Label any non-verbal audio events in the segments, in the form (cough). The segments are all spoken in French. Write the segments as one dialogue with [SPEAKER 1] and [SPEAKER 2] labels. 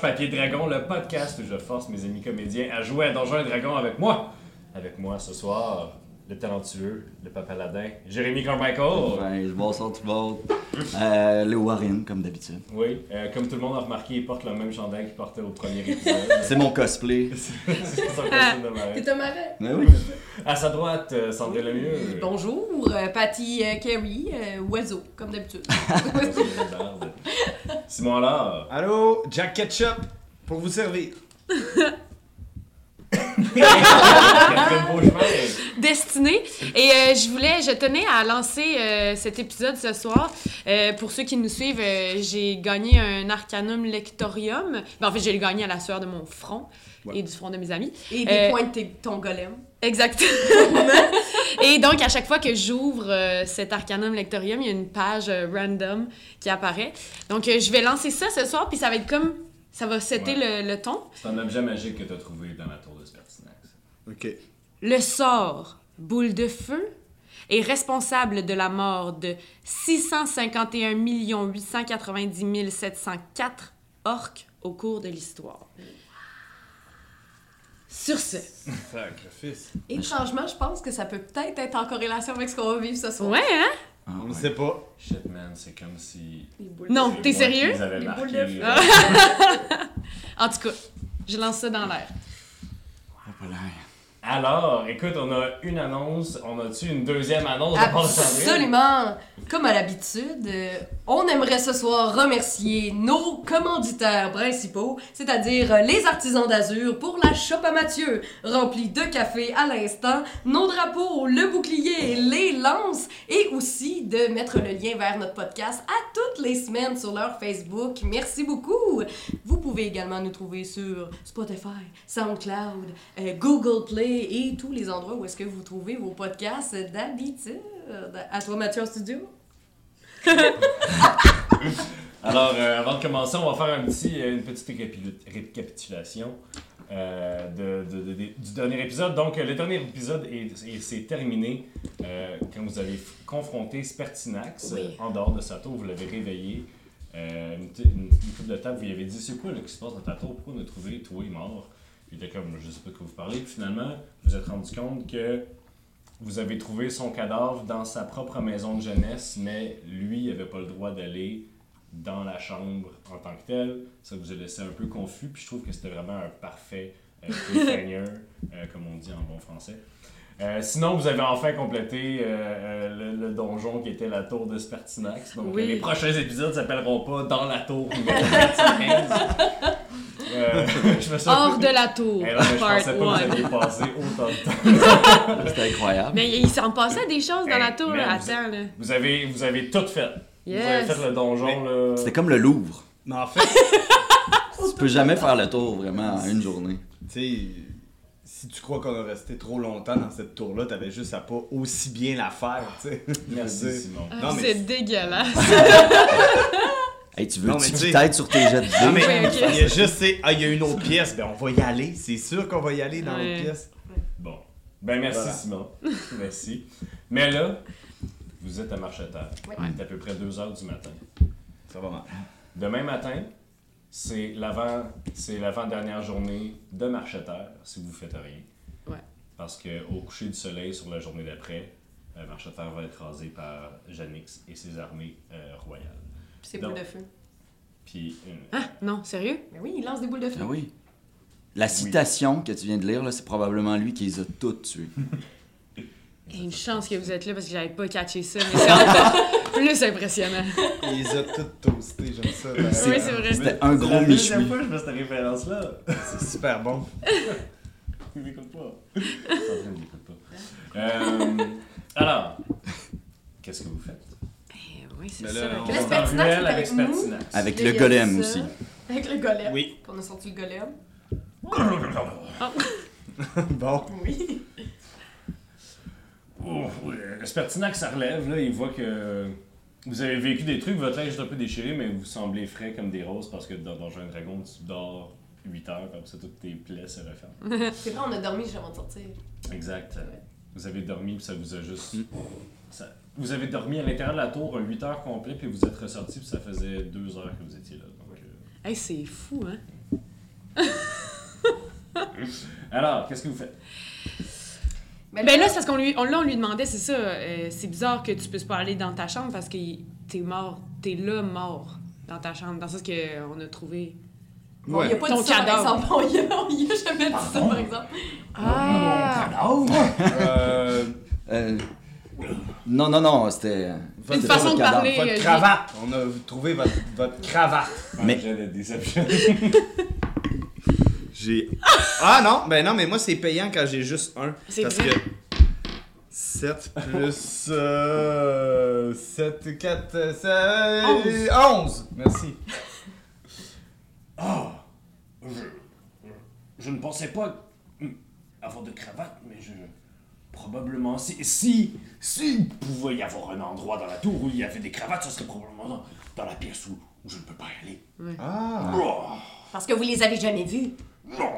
[SPEAKER 1] Papier Dragon, le podcast où je force mes amis comédiens à jouer à Donjons et Dragons avec moi. Avec moi ce soir, le talentueux, le papaladin, Jérémy Carmichael.
[SPEAKER 2] Ouais, bonsoir tout le monde. Euh, le Warren, comme d'habitude.
[SPEAKER 1] Oui, euh, comme tout le monde a remarqué, il porte le même chandail qu'il portait au premier
[SPEAKER 2] (laughs)
[SPEAKER 1] épisode. (laughs)
[SPEAKER 2] C'est mon cosplay.
[SPEAKER 1] C'est son costume de marin.
[SPEAKER 3] T'es un marais.
[SPEAKER 2] Mais oui.
[SPEAKER 1] À sa droite, euh, Sandrine Lemieux.
[SPEAKER 3] Bonjour, euh, Patty euh, Carey, euh, oiseau, comme d'habitude.
[SPEAKER 1] Simon
[SPEAKER 2] (laughs)
[SPEAKER 1] Allard.
[SPEAKER 4] Allô, Jack Ketchup, pour vous servir.
[SPEAKER 1] Catherine Beauchemin.
[SPEAKER 5] destinée. Et euh, je voulais, je tenais à lancer euh, cet épisode ce soir. Euh, pour ceux qui nous suivent, euh, j'ai gagné un Arcanum Lectorium. Ben, en fait, j'ai le gagné à la sueur de mon front
[SPEAKER 4] Ouais.
[SPEAKER 5] et du front de mes amis.
[SPEAKER 3] Et
[SPEAKER 5] Euh,
[SPEAKER 3] des points de tes- ton golem.
[SPEAKER 5] Exactement. et donc, à chaque fois que j'ouvre euh, cet Arcanum Lectorium, il y a une page euh, random qui apparaît. Donc, euh, je vais lancer ça ce soir, puis ça va être comme... Ça va setter le, le ton.
[SPEAKER 1] C'est un objet magique que t'as trouvé dans la tour de Spertinax.
[SPEAKER 4] Ok.
[SPEAKER 5] Le sort Boule de Feu est responsable de la mort de 651 890 704 orques au cours de l'histoire. Sur ce,
[SPEAKER 4] Sacrifice.
[SPEAKER 3] Étrangement, je pense que ça peut peut-être être en corrélation avec ce qu'on va vivre ce soir.
[SPEAKER 5] ouais, hein?
[SPEAKER 2] Ah,
[SPEAKER 4] On ne
[SPEAKER 2] ouais.
[SPEAKER 4] sait pas.
[SPEAKER 1] Shit, man, c'est comme si.
[SPEAKER 3] Les boules.
[SPEAKER 5] Non,
[SPEAKER 1] c'est
[SPEAKER 5] t'es
[SPEAKER 1] moi
[SPEAKER 5] sérieux?
[SPEAKER 1] qui les avais
[SPEAKER 3] Les
[SPEAKER 1] marqués.
[SPEAKER 3] boules de feu.
[SPEAKER 5] En tout cas, je lance ça dans l'air.
[SPEAKER 2] Ah, pas l'air.
[SPEAKER 1] Alors, écoute, on a une annonce. On a-tu une deuxième annonce de part de Sandrine?
[SPEAKER 3] Absolument. Comme à l'habitude, euh, on aimerait ce soir remercier nos commanditaires principaux, c'est-à-dire euh, les artisans d'Azur pour la chope à Mathieu, remplie de café à l'instant, nos drapeaux, le bouclier, les lances, et aussi de mettre le lien vers notre podcast à toutes les semaines sur leur Facebook. Merci beaucoup. Vous pouvez également nous trouver sur Spotify, SoundCloud, euh, Google Play et tous les endroits où est-ce que vous trouvez vos podcasts d'habitude. À toi, Mathieu, en studio.
[SPEAKER 1] Alors, euh, avant de commencer, on va faire un petit, euh, une petite récapilu- récapitulation euh, de- de- de- de- du dernier épisode. Donc, euh, le dernier épisode est- est- s'est terminé euh, quand vous avez f- confronté Spertinax euh,
[SPEAKER 3] Oui.
[SPEAKER 1] en dehors de sa tour. Vous l'avez réveillé. euh, une, t- une- une coupe de table, vous lui avez dit C'est quoi là, qui se passe dans ta tour Pourquoi on a trouvé toi mort Il était comme Je sais pas de quoi vous parlez. Puis finalement, vous vous êtes rendu compte que vous avez trouvé son cadavre dans sa propre maison de jeunesse, mais lui n'avait pas le droit d'aller dans la chambre en tant que telle. Ça vous a laissé un peu confus, puis je trouve que c'était vraiment un parfait euh,
[SPEAKER 5] (laughs)
[SPEAKER 1] cliffhanger, euh, comme on dit en bon français. Euh, sinon, vous avez enfin complété euh, euh, le, le donjon qui était la tour de Spertinax. Donc,
[SPEAKER 5] Oui.
[SPEAKER 1] les prochains épisodes s'appelleront pas Dans la tour mais dans Spertinax.
[SPEAKER 5] (laughs)
[SPEAKER 1] Euh, (laughs) je me suis un
[SPEAKER 5] Hors
[SPEAKER 1] peu-
[SPEAKER 5] de la tour.
[SPEAKER 1] Eh non, mais je
[SPEAKER 5] part
[SPEAKER 1] pensais pas que vous
[SPEAKER 5] one.
[SPEAKER 1] aviez passé autant de temps.
[SPEAKER 2] C'était incroyable.
[SPEAKER 5] Mais il s'en passait des choses dans
[SPEAKER 1] Hey,
[SPEAKER 5] la tour, là.
[SPEAKER 1] Eh, man, vous-
[SPEAKER 5] Attends, là.
[SPEAKER 1] Vous avez, vous avez tout fait. Vous
[SPEAKER 5] Yes.
[SPEAKER 1] avez fait le donjon, là.
[SPEAKER 2] C'était comme le Louvre.
[SPEAKER 4] Mais
[SPEAKER 5] (laughs)
[SPEAKER 4] en fait,
[SPEAKER 2] Tu peux jamais faire le tour vraiment en une journée.
[SPEAKER 4] tu sais, si tu crois qu'on a resté trop longtemps dans cette tour-là, t'avais juste à pas aussi bien la faire, tu sais. Je
[SPEAKER 1] Merci,
[SPEAKER 4] veux dire.
[SPEAKER 1] Simon.
[SPEAKER 5] Ah,
[SPEAKER 4] Non, mais-
[SPEAKER 5] C'est dégueulasse.
[SPEAKER 2] Hey, tu
[SPEAKER 4] Non, mais
[SPEAKER 2] veux-tu
[SPEAKER 4] tu sais-
[SPEAKER 2] peut-être sur tes jets de
[SPEAKER 4] (laughs) Non,
[SPEAKER 2] dés?
[SPEAKER 4] Ah, mais
[SPEAKER 5] Ouais, Ah, ok.
[SPEAKER 4] il y a juste, tu sais, ah, il y a une autre pièce, ben on va y aller, c'est sûr qu'on va y aller dans
[SPEAKER 5] Ouais.
[SPEAKER 4] l'autre pièce.
[SPEAKER 1] Bon. Ben, merci,
[SPEAKER 4] Voilà.
[SPEAKER 1] Simon. (laughs) merci. Mais là, vous êtes à Marcheterre.
[SPEAKER 3] Ouais.
[SPEAKER 1] Il est à peu près 2 h du matin.
[SPEAKER 4] Ça va mal.
[SPEAKER 1] Demain matin, c'est l'avant, c'est l'avant-dernière journée de Marcheterre, si vous faites rien.
[SPEAKER 5] Ouais.
[SPEAKER 1] Parce qu'au coucher du soleil sur la journée d'après, euh, Marcheterre va être rasé par Janix et ses armées euh, royales.
[SPEAKER 3] C'est
[SPEAKER 1] Non.
[SPEAKER 3] boules de feu.
[SPEAKER 1] Puis, euh, une-
[SPEAKER 5] Hein? Non, sérieux?
[SPEAKER 3] Mais oui, il lance des boules de feu.
[SPEAKER 2] Ah oui. La citation que tu viens de lire, là, c'est probablement lui qui les a toutes tués.
[SPEAKER 5] Et une chance que vous êtes là parce que j'avais pas catché ça, mais
[SPEAKER 1] (laughs)
[SPEAKER 5] c'est encore plus impressionnant.
[SPEAKER 4] Il les a toutes toastées, j'aime ça. Ben, là.
[SPEAKER 5] Oui, c'est vrai.
[SPEAKER 2] C'était un
[SPEAKER 1] C'est
[SPEAKER 2] gros
[SPEAKER 1] la deuxième
[SPEAKER 2] michoui.
[SPEAKER 1] fois que je fais cette référence-là.
[SPEAKER 4] C'est super bon. (laughs)
[SPEAKER 1] Il m'écoute pas. Sandrine ne m'écoute pas. Euh, alors, qu'est-ce que vous faites?
[SPEAKER 5] Eh oui, c'est
[SPEAKER 4] Mais
[SPEAKER 5] ça.
[SPEAKER 4] là,
[SPEAKER 5] la
[SPEAKER 4] on-
[SPEAKER 1] On
[SPEAKER 3] Le
[SPEAKER 1] est en
[SPEAKER 3] Spertinax
[SPEAKER 1] ruelle
[SPEAKER 3] est avec nous.
[SPEAKER 1] Spertinax.
[SPEAKER 2] Avec
[SPEAKER 3] Là,
[SPEAKER 2] le
[SPEAKER 3] il y a
[SPEAKER 2] golem
[SPEAKER 3] ça.
[SPEAKER 2] aussi.
[SPEAKER 3] Avec le golem.
[SPEAKER 4] Oui.
[SPEAKER 3] On a sorti le golem.
[SPEAKER 4] Bon.
[SPEAKER 3] Oui.
[SPEAKER 1] Ouf, le Spertinax, ça relève, là, il voit que vous avez vécu des trucs, votre linge est un peu déchiré, mais vous semblez frais comme des roses parce que dans Donjons et Dragons, tu dors 8 heures, comme ça, toutes tes plaies se referment.
[SPEAKER 3] C'est vrai, on a dormi juste avant de sortir.
[SPEAKER 1] Exact. Vous avez dormi, puis ça vous a juste... ça- Vous avez dormi à l'intérieur de la tour un 8 heures complet, puis vous êtes ressorti, puis ça faisait 2 heures que vous étiez là. Donc, euh,
[SPEAKER 5] Hey, c'est fou, hein?
[SPEAKER 1] Alors, qu'est-ce que vous faites?
[SPEAKER 3] Mais
[SPEAKER 5] Ben là, c'est parce qu'on lui, on, là, on lui demandait, c'est ça, euh, c'est bizarre que tu puisses pas aller dans ta chambre parce que y- t'es mort, t'es là mort dans ta chambre, dans le sens qu'on a trouvé.
[SPEAKER 3] Bon, Il n'y a pas
[SPEAKER 5] Ton
[SPEAKER 3] dit ça, par
[SPEAKER 5] cadavre.
[SPEAKER 3] exemple. On y a- on y a jamais dit ça, par exemple.
[SPEAKER 4] Euh,
[SPEAKER 2] Euh, non, non, non, c'était.
[SPEAKER 4] Une
[SPEAKER 2] c'était
[SPEAKER 5] façon
[SPEAKER 2] pas
[SPEAKER 5] de
[SPEAKER 2] cadavre.
[SPEAKER 5] parler.
[SPEAKER 4] votre
[SPEAKER 5] euh,
[SPEAKER 4] cravate. On a trouvé votre, votre cravate.
[SPEAKER 2] Mais-
[SPEAKER 1] J'avais Ah, des options.
[SPEAKER 4] J'ai. Ah non, ben non, mais moi c'est payant quand j'ai juste un.
[SPEAKER 5] C'est
[SPEAKER 4] parce
[SPEAKER 5] vrai.
[SPEAKER 4] que 7 plus euh, 7, 4, 7,
[SPEAKER 5] Onze.
[SPEAKER 4] 11. Merci.
[SPEAKER 1] Je, je ne pensais pas hum, avoir de cravate, mais je. Probablement si. Si. Si pouvait y avoir un endroit dans la tour où il y avait des cravates, ce serait probablement dans, dans la pièce où, où je ne peux pas y aller.
[SPEAKER 4] Ah.
[SPEAKER 1] Oh,
[SPEAKER 3] Parce que vous les avez jamais vus.
[SPEAKER 1] non.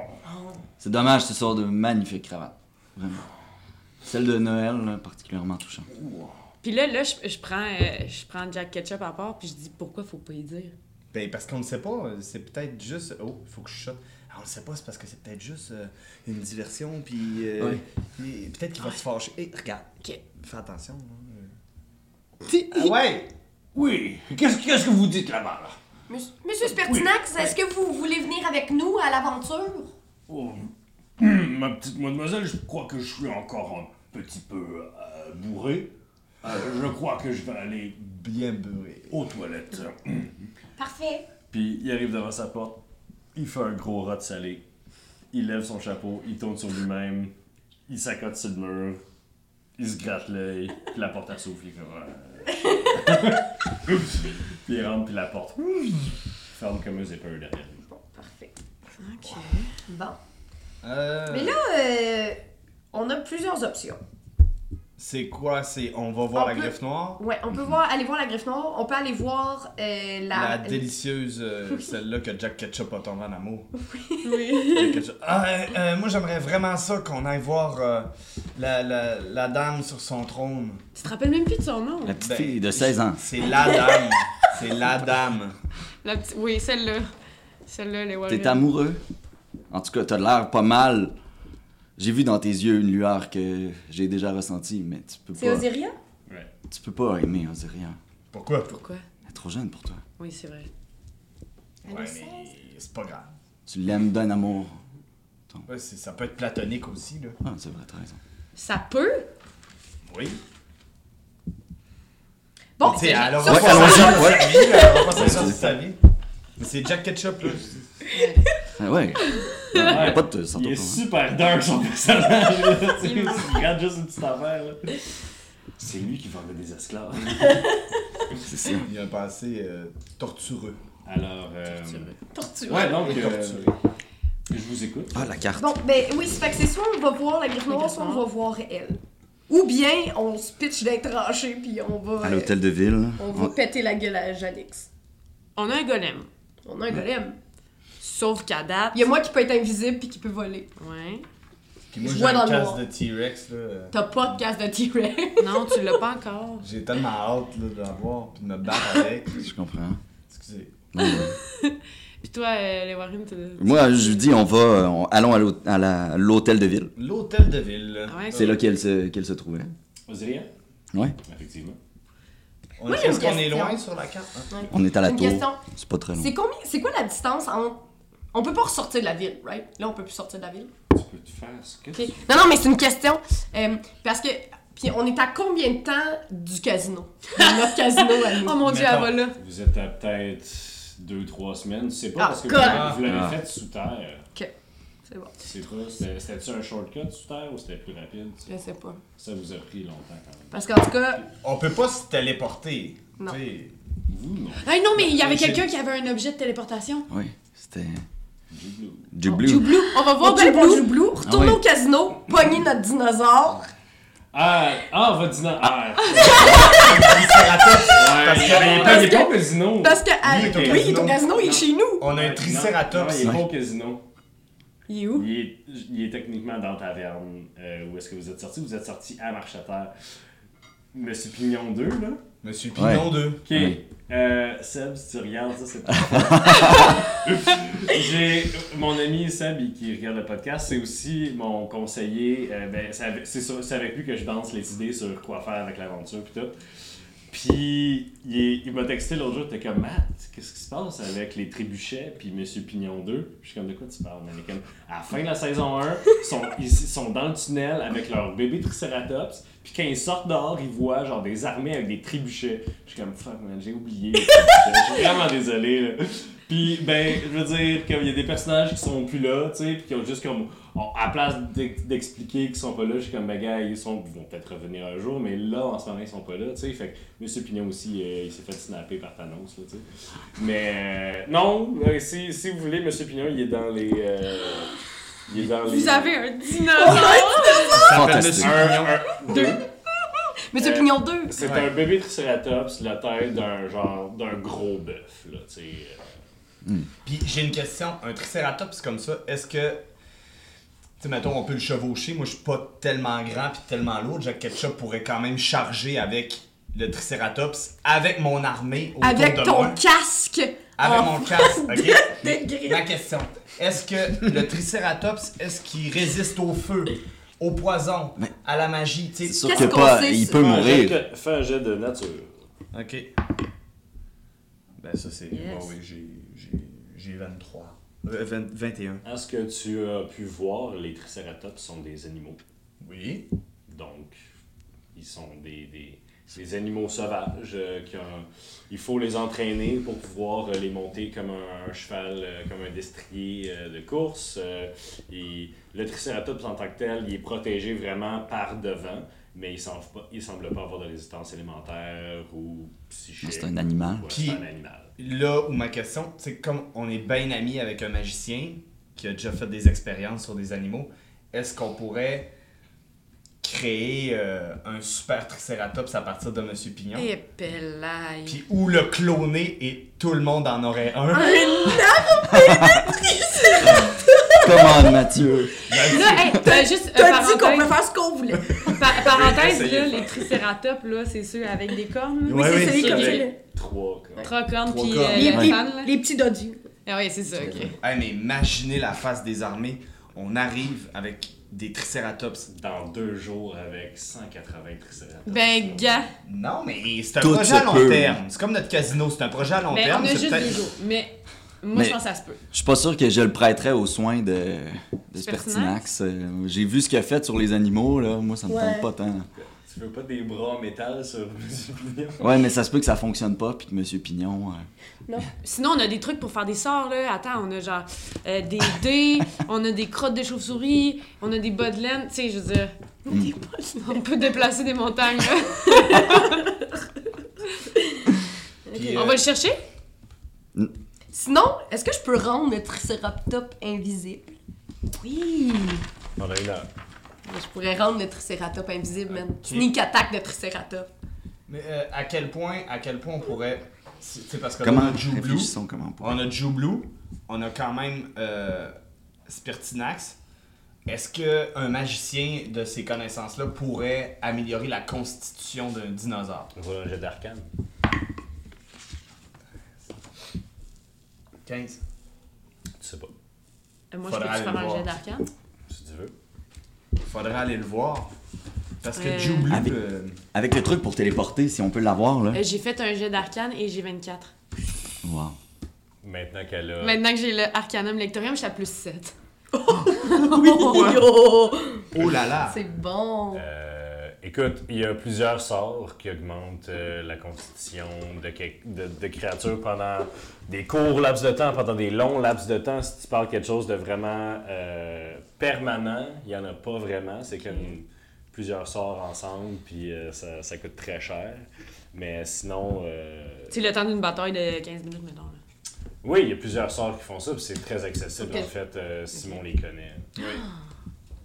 [SPEAKER 2] C'est dommage, ce sort de magnifiques cravates. Vraiment. Celle de Noël, là, particulièrement touchante.
[SPEAKER 5] Puis là, là, je, je prends, euh, je prends Jack Ketchup à part, puis je dis pourquoi faut pas y dire.
[SPEAKER 4] Ben parce qu'on ne sait pas, euh, c'est peut-être juste. Oh, il faut que je chope. Ah, on ne sait pas, c'est parce que c'est peut-être juste euh, une diversion, puis. euh,
[SPEAKER 2] Ouais.
[SPEAKER 4] puis Peut-être qu'il va se fâcher. Eh, regarde.
[SPEAKER 5] Ok.
[SPEAKER 4] Fais attention. là. Ah ouais!
[SPEAKER 1] Oui. Qu'est-ce qu'est-ce que vous dites là-bas, là?
[SPEAKER 3] Monsieur, Monsieur Spertinax, est-ce que vous voulez venir avec nous à l'aventure?
[SPEAKER 1] Oh, hum, ma petite mademoiselle, je crois que je suis encore un petit peu euh, bourré. Euh, je crois que je vais aller
[SPEAKER 4] Bien beurré.
[SPEAKER 1] aux toilettes.
[SPEAKER 3] Parfait.
[SPEAKER 1] Puis il arrive devant sa porte, il fait un gros rot salé, il lève son chapeau, il tourne sur lui-même, il s'accote sur le mur, il se gratte l'œil, puis la porte elle s'ouvre, il est comme. euh. puis il rentre, puis la porte ferme comme un zipper derrière lui.
[SPEAKER 3] Bon, parfait.
[SPEAKER 5] Ok.
[SPEAKER 3] Bon.
[SPEAKER 4] Euh,
[SPEAKER 3] Mais là, euh, on a plusieurs options.
[SPEAKER 4] C'est quoi? C'est on va voir
[SPEAKER 3] On
[SPEAKER 4] la
[SPEAKER 3] peut-
[SPEAKER 4] greffe noire?
[SPEAKER 3] Ouais, on peut
[SPEAKER 2] Mhm.
[SPEAKER 3] voir, aller voir la griffe noire, on peut aller voir euh, la.
[SPEAKER 4] La délicieuse,
[SPEAKER 3] (laughs)
[SPEAKER 4] euh, celle-là que Jack Ketchup a tombé en amour.
[SPEAKER 5] Oui.
[SPEAKER 4] Jack Ketchup. Ah, euh, euh, moi j'aimerais vraiment ça qu'on aille voir euh, la, la, la dame sur son trône.
[SPEAKER 5] tu te rappelles même plus de son nom.
[SPEAKER 2] La petite
[SPEAKER 4] Ben,
[SPEAKER 2] fille de 16 ans.
[SPEAKER 4] C'est la dame. C'est la dame.
[SPEAKER 5] La petite- oui, celle-là. Celle-là, les Walrus.
[SPEAKER 2] T'es amoureux? En tout cas, t'as l'air pas mal. J'ai vu dans tes yeux une lueur que j'ai déjà ressentie, mais tu peux
[SPEAKER 3] C'est
[SPEAKER 2] pas.
[SPEAKER 3] Osiria?
[SPEAKER 1] Ouais.
[SPEAKER 2] Tu peux pas aimer Osirian.
[SPEAKER 4] Pourquoi?
[SPEAKER 5] Pourquoi?
[SPEAKER 2] Elle est trop jeune pour toi.
[SPEAKER 5] Oui, c'est vrai.
[SPEAKER 3] Elle
[SPEAKER 4] Ouais,
[SPEAKER 3] a
[SPEAKER 4] mais c'est pas grave.
[SPEAKER 2] Tu l'aimes d'un amour.
[SPEAKER 4] Ouais, c'est- ça peut être platonique aussi, là.
[SPEAKER 2] Ah, c'est vrai, t'as raison.
[SPEAKER 5] Ça peut?
[SPEAKER 4] Oui.
[SPEAKER 3] Bon,
[SPEAKER 4] Tu sais, elle aura
[SPEAKER 2] Ouais,
[SPEAKER 4] pas
[SPEAKER 2] allons-y,
[SPEAKER 4] ça dans
[SPEAKER 2] ouais.
[SPEAKER 4] sa vie, elle aura pas ça dans sa vie. Mais c'est Jack Ketchup, là.
[SPEAKER 2] Ah, ouais. Il a pas de sans
[SPEAKER 1] Il est
[SPEAKER 2] toi, hein.
[SPEAKER 1] super dark son personnage. là. Tu sais, il regarde juste une petite affaire. là. C'est lui qui vendait des esclaves.
[SPEAKER 2] C'est ça.
[SPEAKER 4] Il a un passé euh, tortureux.
[SPEAKER 1] Alors. euh,
[SPEAKER 3] tortue.
[SPEAKER 1] Ouais, donc. euh,
[SPEAKER 4] Et torturé.
[SPEAKER 1] je vous écoute.
[SPEAKER 2] Ah, la carte.
[SPEAKER 3] Bon, ben oui, c'est fait que c'est soit on va voir la griffe noire, soit on va voir elle. Ou bien on se pitch d'un tranché, puis on va.
[SPEAKER 2] À
[SPEAKER 3] euh,
[SPEAKER 2] l'hôtel de ville.
[SPEAKER 3] On va péter la gueule à Janix.
[SPEAKER 5] On a un golem.
[SPEAKER 3] On a un golem.
[SPEAKER 5] Sauf qu'à date.
[SPEAKER 3] Il y a moi qui peut être invisible puis qui peut voler.
[SPEAKER 5] Ouais.
[SPEAKER 4] Puis moi,
[SPEAKER 3] Je
[SPEAKER 4] j'ai
[SPEAKER 3] vois dans
[SPEAKER 4] un
[SPEAKER 3] le
[SPEAKER 4] casque
[SPEAKER 3] noir.
[SPEAKER 4] de T-Rex, là. euh,
[SPEAKER 3] T'as pas de casse de T-Rex.
[SPEAKER 5] Non, tu l'as pas encore.
[SPEAKER 4] J'ai tellement hâte, là, de l'avoir, puis de me battre avec.
[SPEAKER 2] Je comprends.
[SPEAKER 4] Excusez.
[SPEAKER 2] Non, non.
[SPEAKER 5] Puis toi, euh, les Warren, tu.
[SPEAKER 2] Moi, je lui dis, on va, euh, on- allons à l'hô- à la- l'hôtel de ville.
[SPEAKER 4] L'hôtel de ville.
[SPEAKER 5] Ah ouais,
[SPEAKER 2] C'est là qu'elle se, qu'elle se trouvait.
[SPEAKER 1] Osiria
[SPEAKER 2] Ouais.
[SPEAKER 1] Effectivement.
[SPEAKER 4] On
[SPEAKER 3] Moi, j'ai
[SPEAKER 4] est-ce
[SPEAKER 3] une
[SPEAKER 4] qu'on est
[SPEAKER 3] question.
[SPEAKER 4] loin sur la carte? hein?
[SPEAKER 2] On est à la
[SPEAKER 3] Une
[SPEAKER 2] tour.
[SPEAKER 3] question.
[SPEAKER 2] C'est pas très long.
[SPEAKER 3] C'est combien, c'est quoi la distance entre. On peut pas ressortir de la ville, right? Là, on peut plus sortir de la ville.
[SPEAKER 1] Tu peux te faire ce que
[SPEAKER 3] Ok.
[SPEAKER 1] tu
[SPEAKER 3] Non, non, mais c'est une question. euh, parce que. Puis on est à combien de temps du (laughs) casino? De Notre casino à nous.
[SPEAKER 5] Oh mon dieu, elle
[SPEAKER 4] Mettons.
[SPEAKER 5] va là.
[SPEAKER 1] Vous êtes à peut-être 2-3 semaines. C'est pas
[SPEAKER 3] Ah,
[SPEAKER 1] parce que
[SPEAKER 3] God.
[SPEAKER 1] vous, vous l'avez
[SPEAKER 2] Ah.
[SPEAKER 1] fait sous terre.
[SPEAKER 3] Ok. C'est bon.
[SPEAKER 1] C'est pas. c'était- C'était-tu un shortcut sous terre ou c'était plus rapide? ça?
[SPEAKER 3] Je sais pas.
[SPEAKER 1] Ça vous a pris longtemps quand même.
[SPEAKER 3] Parce qu'en tout cas.
[SPEAKER 4] On peut pas se téléporter.
[SPEAKER 3] Non.
[SPEAKER 4] tu sais.
[SPEAKER 1] Vous, non.
[SPEAKER 5] Ah non, mais il y avait
[SPEAKER 4] J'ai-
[SPEAKER 5] quelqu'un qui avait un objet de téléportation.
[SPEAKER 2] Oui, c'était. Oh,
[SPEAKER 1] Du blue.
[SPEAKER 2] Du
[SPEAKER 5] Joublou, on va voir ben,
[SPEAKER 3] On peut voir
[SPEAKER 5] Joublou.
[SPEAKER 3] Joublou, retourner
[SPEAKER 2] Ah ouais.
[SPEAKER 3] au casino, pogner notre dinosaure.
[SPEAKER 1] Ah, ah, votre dîner. Ah,
[SPEAKER 4] Triceratops.
[SPEAKER 1] ouais, il y avait-
[SPEAKER 3] parce
[SPEAKER 1] il y avait pas
[SPEAKER 3] que-
[SPEAKER 1] au casino.
[SPEAKER 3] Parce que. ah,
[SPEAKER 4] il est au
[SPEAKER 3] oui,
[SPEAKER 4] casino.
[SPEAKER 3] il est au casino, il est
[SPEAKER 1] Non.
[SPEAKER 3] chez nous.
[SPEAKER 4] On a
[SPEAKER 1] Non,
[SPEAKER 4] un
[SPEAKER 1] non,
[SPEAKER 4] triceratops.
[SPEAKER 1] il est pas au casino.
[SPEAKER 5] Il est où?
[SPEAKER 1] Il est, il est techniquement dans la taverne. euh, où est-ce que vous êtes sorti? Vous êtes sorti à marche à terre. Monsieur Pignon 2, là.
[SPEAKER 4] Monsieur Pignon 2.
[SPEAKER 1] Ok.
[SPEAKER 2] Ouais.
[SPEAKER 1] Euh, Seb, si tu regardes, ça c'est pas. J'ai mon ami Seb il- qui regarde le podcast, c'est aussi mon conseiller. euh, ben, c'est avec- c'est sur- c'est avec lui que je danse les idées sur quoi faire avec l'aventure puis tout. Puis il, est- il m'a texté l'autre jour, t'es comme Matt, qu'est-ce qui se passe avec les trébuchets puis Monsieur Pignon 2 Je suis comme de quoi tu parles man? Il est comme, à la fin de la saison 1, ils sont, ils sont dans le tunnel avec leur bébé Triceratops. Puis quand ils sortent dehors, ils voient genre des armées avec des trébuchets. Je suis comme fuck man, j'ai oublié. (laughs) les trébuchets. Je suis vraiment désolé. Là. Puis ben, je veux dire comme il y a des personnages qui sont plus là, tu sais, puis qui ont juste comme on- à place d'ex- d'expliquer qu'ils sont pas là, je suis comme ben gars, ils sont ils vont peut-être revenir un jour, mais là en ce moment ils sont pas là, tu sais. Fait que Monsieur Pignon aussi, euh, il s'est fait snapper par Thanos, là, tu sais. Mais euh, non, euh, si, si vous voulez, Monsieur Pignon, il est dans les euh, il est dans les
[SPEAKER 5] Vous avez un dinosaure!
[SPEAKER 2] Fantastique.
[SPEAKER 1] un, un, deux.
[SPEAKER 3] Mais c'est
[SPEAKER 1] Euh,
[SPEAKER 3] Pignon 2.
[SPEAKER 1] C'est
[SPEAKER 4] Ouais.
[SPEAKER 1] un bébé triceratops, la tête d'un genre d'un gros bœuf, là, tu sais.
[SPEAKER 4] Puis j'ai une question, un triceratops comme ça, est-ce que. Tu sais, mettons, on peut le chevaucher. Moi, je suis pas tellement grand puis tellement lourd. Jack Ketchup pourrait quand même charger avec le triceratops, avec mon armée autour
[SPEAKER 3] Avec
[SPEAKER 4] de
[SPEAKER 3] ton
[SPEAKER 4] moi.
[SPEAKER 3] casque.
[SPEAKER 4] Avec
[SPEAKER 3] en (laughs)
[SPEAKER 4] mon casque, ok?
[SPEAKER 3] Oh. des griffes.
[SPEAKER 4] Ma question, est-ce que le triceratops, est-ce qu'il résiste au feu, au poison, à la magie,
[SPEAKER 2] C'est
[SPEAKER 4] tu sais?
[SPEAKER 2] sûr
[SPEAKER 3] Qu'est-ce
[SPEAKER 2] que
[SPEAKER 3] qu'on
[SPEAKER 2] pas,
[SPEAKER 3] sait
[SPEAKER 2] il
[SPEAKER 3] sur-
[SPEAKER 2] peut
[SPEAKER 1] Fais un jet
[SPEAKER 2] mourir.
[SPEAKER 1] de- Fais un jet de nature.
[SPEAKER 4] Ok. Ben, ça, c'est.
[SPEAKER 3] Yes.
[SPEAKER 4] ouais, oui, j'ai- j'ai- j'ai 23. Euh, 20 21.
[SPEAKER 1] À ce que tu as pu voir, les triceratops sont des animaux.
[SPEAKER 4] Oui.
[SPEAKER 1] Donc, ils sont des, des, des animaux sauvages. euh, qui ont- il faut les entraîner pour pouvoir euh, les monter comme un, un cheval, euh, comme un destrier euh, de course. Euh, et le triceratops en tant que tel, il est protégé vraiment par devant, mais il semble pas, il semble pas avoir de résistance élémentaire ou psychique.
[SPEAKER 2] C'est un animal.
[SPEAKER 1] Ouais,
[SPEAKER 4] Puis-
[SPEAKER 1] c'est un animal.
[SPEAKER 4] Là où ma question, c'est comme on est bien amis avec un magicien qui a déjà fait des expériences sur des animaux, est-ce qu'on pourrait créer euh, un super triceratops à partir de Monsieur Pignon?
[SPEAKER 5] Et pelaille.
[SPEAKER 4] Puis ou le cloner et tout le monde en aurait
[SPEAKER 5] Ah,
[SPEAKER 4] un? (laughs)
[SPEAKER 2] Comment, Mathieu?
[SPEAKER 5] Là, hey, euh, juste euh,
[SPEAKER 3] T'as dit qu'on pouvait
[SPEAKER 5] parenthèse,
[SPEAKER 3] faire ce qu'on voulait.
[SPEAKER 5] pa- parenthèse,
[SPEAKER 4] J'ai essayé
[SPEAKER 5] là,
[SPEAKER 4] de faire.
[SPEAKER 5] les triceratops, là, c'est ceux avec des cornes.
[SPEAKER 4] Ouais,
[SPEAKER 3] c'est
[SPEAKER 4] ouais,
[SPEAKER 3] celui
[SPEAKER 4] c'est
[SPEAKER 3] comme
[SPEAKER 4] vrai.
[SPEAKER 3] ça, là.
[SPEAKER 1] Trois, quoi.
[SPEAKER 5] Trois cornes,
[SPEAKER 4] Trois
[SPEAKER 5] puis
[SPEAKER 4] cornes.
[SPEAKER 5] euh,
[SPEAKER 3] Les,
[SPEAKER 5] la
[SPEAKER 3] les-
[SPEAKER 5] fan, là.
[SPEAKER 3] les petits dodus.
[SPEAKER 5] Ah ouais, c'est ça, ok.
[SPEAKER 4] Hey, mais imaginez la face des armées. On arrive avec des triceratops.
[SPEAKER 1] Dans deux jours avec 180 triceratops.
[SPEAKER 5] Ben, gars,
[SPEAKER 4] Non, mais c'est un
[SPEAKER 2] Tout
[SPEAKER 4] projet à
[SPEAKER 2] se
[SPEAKER 4] long
[SPEAKER 2] peut.
[SPEAKER 4] terme. C'est comme notre casino, c'est un projet à long
[SPEAKER 5] ben,
[SPEAKER 4] terme.
[SPEAKER 5] on a
[SPEAKER 4] c'est
[SPEAKER 5] juste
[SPEAKER 4] peut-être-
[SPEAKER 5] des jours. Mais moi, je
[SPEAKER 2] Mais-
[SPEAKER 5] pense que ça se peut.
[SPEAKER 2] Je suis pas sûr que je le prêterais aux soins de, de
[SPEAKER 5] Spertinax?
[SPEAKER 2] Spertinax. Euh, J'ai vu ce qu'il a fait sur les animaux, là. Moi, ça me
[SPEAKER 3] Ouais.
[SPEAKER 2] tente pas tant.
[SPEAKER 1] Tu veux pas des bras en métal sur (laughs) Monsieur Pignon?
[SPEAKER 2] Ouais, mais ça se peut que ça fonctionne pas, puis que Monsieur Pignon. euh,
[SPEAKER 5] Sinon, on a des trucs pour faire des sorts, là. Attends, on a genre euh,
[SPEAKER 4] (laughs)
[SPEAKER 5] des dés, on a des crottes de chauve-souris, on a des bas de laine. Tu sais, je veux dire,
[SPEAKER 4] Mm.
[SPEAKER 5] on peut déplacer des montagnes, là.
[SPEAKER 4] Puis,
[SPEAKER 5] On
[SPEAKER 4] euh,
[SPEAKER 5] va le chercher?
[SPEAKER 3] Sinon, est-ce que je peux rendre le triceratops invisible? Oui!
[SPEAKER 1] On a une heure.
[SPEAKER 3] Je pourrais rendre le triceratops invisible, man. Sneak attack de triceratops.
[SPEAKER 4] Mais euh, à quel point, à quel point on pourrait, c'est parce que là,
[SPEAKER 2] Comment
[SPEAKER 4] on a Joe Blue,
[SPEAKER 2] réfléchissons comment on pourrait-
[SPEAKER 4] on a Joe Blue, on a quand même euh, Spirtinax. Est-ce que un magicien de ces connaissances-là pourrait améliorer la constitution d'un dinosaure
[SPEAKER 1] Voilà un jet d'arcane.
[SPEAKER 4] 15.
[SPEAKER 1] Tu sais pas.
[SPEAKER 5] Euh, Moi,
[SPEAKER 4] Faudra
[SPEAKER 5] je peux
[SPEAKER 4] aller
[SPEAKER 5] faire
[SPEAKER 4] le
[SPEAKER 5] un jet
[SPEAKER 4] voir.
[SPEAKER 5] d'arcane.
[SPEAKER 1] Si tu veux.
[SPEAKER 4] Faudrait aller le voir parce que
[SPEAKER 5] Euh,
[SPEAKER 4] Joe Blue,
[SPEAKER 2] Avec-
[SPEAKER 4] euh,
[SPEAKER 2] Avec le truc pour téléporter, si on peut l'avoir, là.
[SPEAKER 5] Euh, j'ai fait un jet d'arcane et j'ai 24.
[SPEAKER 2] Wow.
[SPEAKER 1] Maintenant qu'elle a.
[SPEAKER 5] Maintenant que j'ai le Arcanum Lectorium, je suis à plus
[SPEAKER 4] (laughs)
[SPEAKER 5] 7. (laughs)
[SPEAKER 3] Oui! yo!
[SPEAKER 4] oh là là,
[SPEAKER 3] C'est bon!
[SPEAKER 1] Euh, écoute, il y a plusieurs sorts qui augmentent euh, la constitution de, quel- de- de créatures pendant des courts laps de temps, pendant des longs laps de temps. Si tu parles quelque chose de vraiment euh, permanent, il n'y en a pas vraiment. C'est comme plusieurs sorts ensemble, puis euh, ça, ça coûte très cher. Mais sinon. euh,
[SPEAKER 5] C'est le temps d'une bataille de 15 minutes, mettons. là.
[SPEAKER 1] Oui, il y a plusieurs sorts qui font ça, puis c'est très accessible
[SPEAKER 3] Ok.
[SPEAKER 1] en fait. euh, Simon les connaît.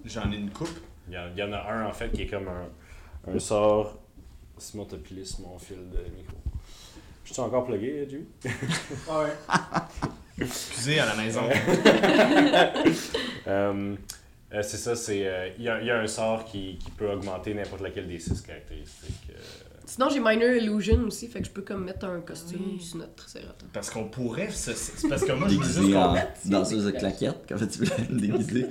[SPEAKER 4] j'en ai une coupe.
[SPEAKER 1] Il y, en, il y en a un en fait qui est comme un, un sort. Simon t'as pilé sur mon fil de micro. Je suis encore plugué, Julie?
[SPEAKER 4] Excusez à la maison.
[SPEAKER 1] Euh, euh, c'est ça, c'est. euh, Il y, a- il y a un sort qui, qui peut augmenter n'importe laquelle des six caractéristiques. euh,
[SPEAKER 3] Sinon, j'ai Minor Illusion aussi, fait que je peux comme mettre un costume
[SPEAKER 5] Oui.
[SPEAKER 3] sur notre Triceratops.
[SPEAKER 4] Parce qu'on pourrait. se- C'est parce que moi, je me dis
[SPEAKER 2] Déguisé
[SPEAKER 4] qu'on
[SPEAKER 2] en danseuse de claquettes, comment tu (laughs) voulais me déguiser.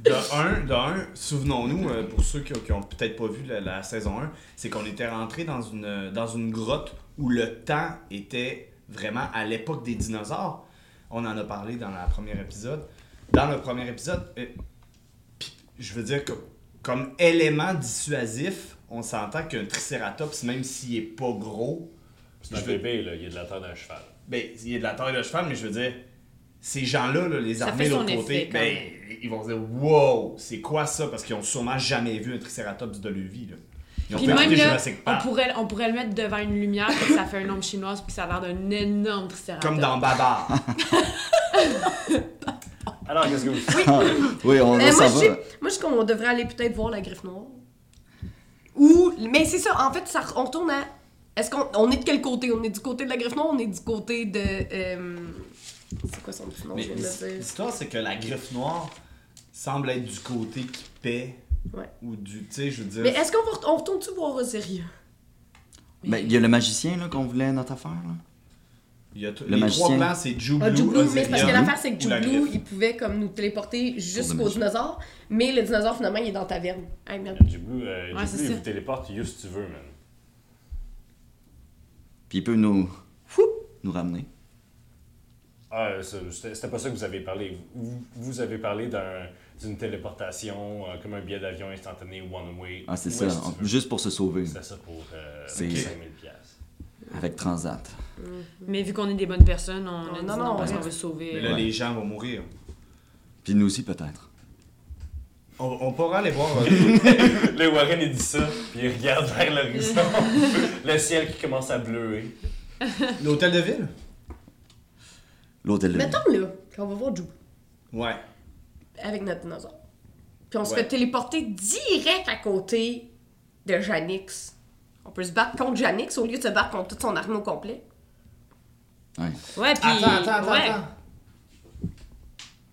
[SPEAKER 4] De un, de un, souvenons-nous, euh, pour ceux qui, qui ont peut-être pas vu la, la saison 1, c'est qu'on était rentré dans une, dans une grotte où le temps était vraiment à l'époque des dinosaures. On en a parlé dans le premier épisode. Dans le premier épisode, euh, pis je veux dire que comme élément dissuasif, on s'entend qu'un tricératops, même s'il est pas gros,
[SPEAKER 1] C'est un
[SPEAKER 4] Je vais-
[SPEAKER 1] bébé, là, il y a de la taille d'un cheval.
[SPEAKER 4] ben, il est de la taille de cheval, mais je veux dire, ces gens-là, là, les
[SPEAKER 5] Ça
[SPEAKER 4] armées
[SPEAKER 5] fait
[SPEAKER 4] de
[SPEAKER 5] son
[SPEAKER 4] l'autre côté,
[SPEAKER 5] effet, quand
[SPEAKER 4] ben, ils vont se dire Wow, c'est quoi ça Parce qu'ils ont sûrement jamais vu un tricératops de leur vie. Là. Ils ont
[SPEAKER 5] Puis
[SPEAKER 4] fait
[SPEAKER 5] même
[SPEAKER 4] écouter
[SPEAKER 5] là,
[SPEAKER 4] Jurassic
[SPEAKER 5] on
[SPEAKER 4] Park.
[SPEAKER 5] pourrait, on pourrait le mettre devant une lumière, puis ça fait un ombre chinoise, puis ça a l'air d'un énorme
[SPEAKER 3] Ah,
[SPEAKER 5] tricératops.
[SPEAKER 4] Comme dans Babar.
[SPEAKER 3] (laughs)
[SPEAKER 1] Alors, qu'est-ce que vous faites?
[SPEAKER 2] Oui, on
[SPEAKER 3] Mais
[SPEAKER 2] va
[SPEAKER 3] moi,
[SPEAKER 2] s'en
[SPEAKER 3] je
[SPEAKER 2] va.
[SPEAKER 3] sais, moi, je sais qu'on devrait aller peut-être voir la griffe noire. Ou. Mais c'est ça, en fait, ça, on retourne à. Est-ce qu'on on est de quel côté On est du côté de la griffe noire On est du côté de. euh, C'est quoi son petit nom
[SPEAKER 4] Mais
[SPEAKER 3] je viens de le dire.
[SPEAKER 4] l'histoire, c'est que la griffe noire semble être du côté qui paie.
[SPEAKER 3] Ouais.
[SPEAKER 4] Ou du. Tu sais, je veux dire.
[SPEAKER 3] Mais est-ce qu'on va- on retourne-tu voir Rosaria
[SPEAKER 2] Ben, il y a le magicien là, qu'on voulait notre affaire. Là.
[SPEAKER 4] il y a tout-
[SPEAKER 2] le
[SPEAKER 4] les trois
[SPEAKER 2] magicien.
[SPEAKER 4] plans, c'est Jublou,
[SPEAKER 3] Ah, Jublou, mais c'est parce que
[SPEAKER 4] Osiria
[SPEAKER 3] l'affaire, c'est que
[SPEAKER 4] ou la
[SPEAKER 3] Jublou,
[SPEAKER 4] griffe.
[SPEAKER 3] il pouvait comme nous téléporter jusqu'au
[SPEAKER 2] Pour des
[SPEAKER 3] dinosaure, mais le dinosaure, finalement, il est dans la taverne. Hey, merde.
[SPEAKER 1] Du bleu, euh,
[SPEAKER 5] Ouais,
[SPEAKER 1] du
[SPEAKER 5] c'est
[SPEAKER 1] bleu, il
[SPEAKER 5] ça.
[SPEAKER 1] vous téléporte où si tu veux, man.
[SPEAKER 2] Puis il peut nous,
[SPEAKER 3] Fou!
[SPEAKER 2] nous ramener.
[SPEAKER 1] Ah, ça, c'était c'était pas ça que vous avez parlé. Vous, vous avez parlé d'un- d'une téléportation, euh, comme un billet d'avion instantané one way.
[SPEAKER 2] Ah, c'est
[SPEAKER 1] Ouais,
[SPEAKER 2] ça,
[SPEAKER 1] si tu
[SPEAKER 2] on-
[SPEAKER 1] veux.
[SPEAKER 2] juste pour se sauver
[SPEAKER 1] C'était ça pour euh,
[SPEAKER 2] C'est-
[SPEAKER 1] 5000 (laughs) piastres.
[SPEAKER 2] avec Transat.
[SPEAKER 5] Mais vu qu'on est des bonnes personnes, on
[SPEAKER 3] Non,
[SPEAKER 5] a dit
[SPEAKER 3] non,
[SPEAKER 5] non,
[SPEAKER 3] non,
[SPEAKER 5] parce
[SPEAKER 3] ouais.
[SPEAKER 5] qu'on veut sauver. euh,
[SPEAKER 4] Mais là,
[SPEAKER 2] Ouais.
[SPEAKER 4] les gens vont mourir.
[SPEAKER 2] Puis nous aussi, peut-être.
[SPEAKER 4] On, on pourra aller voir. euh, (laughs)
[SPEAKER 1] Là, Warren, il dit ça, puis il regarde vers l'horizon. le ciel qui commence à bleuer.
[SPEAKER 4] L'hôtel de ville
[SPEAKER 2] L'hôtel de ville.
[SPEAKER 3] Mettons là, qu'on va voir Jublou
[SPEAKER 4] Ouais.
[SPEAKER 3] avec notre dinosaure. Puis on se
[SPEAKER 4] Ouais.
[SPEAKER 3] fait téléporter direct à côté de Janix. On peut se battre contre Janix au lieu de se battre contre toute son armée au complet.
[SPEAKER 2] Ouais.
[SPEAKER 5] Ouais, puis.
[SPEAKER 4] Attends, attends, attends,
[SPEAKER 5] ouais.
[SPEAKER 4] attends.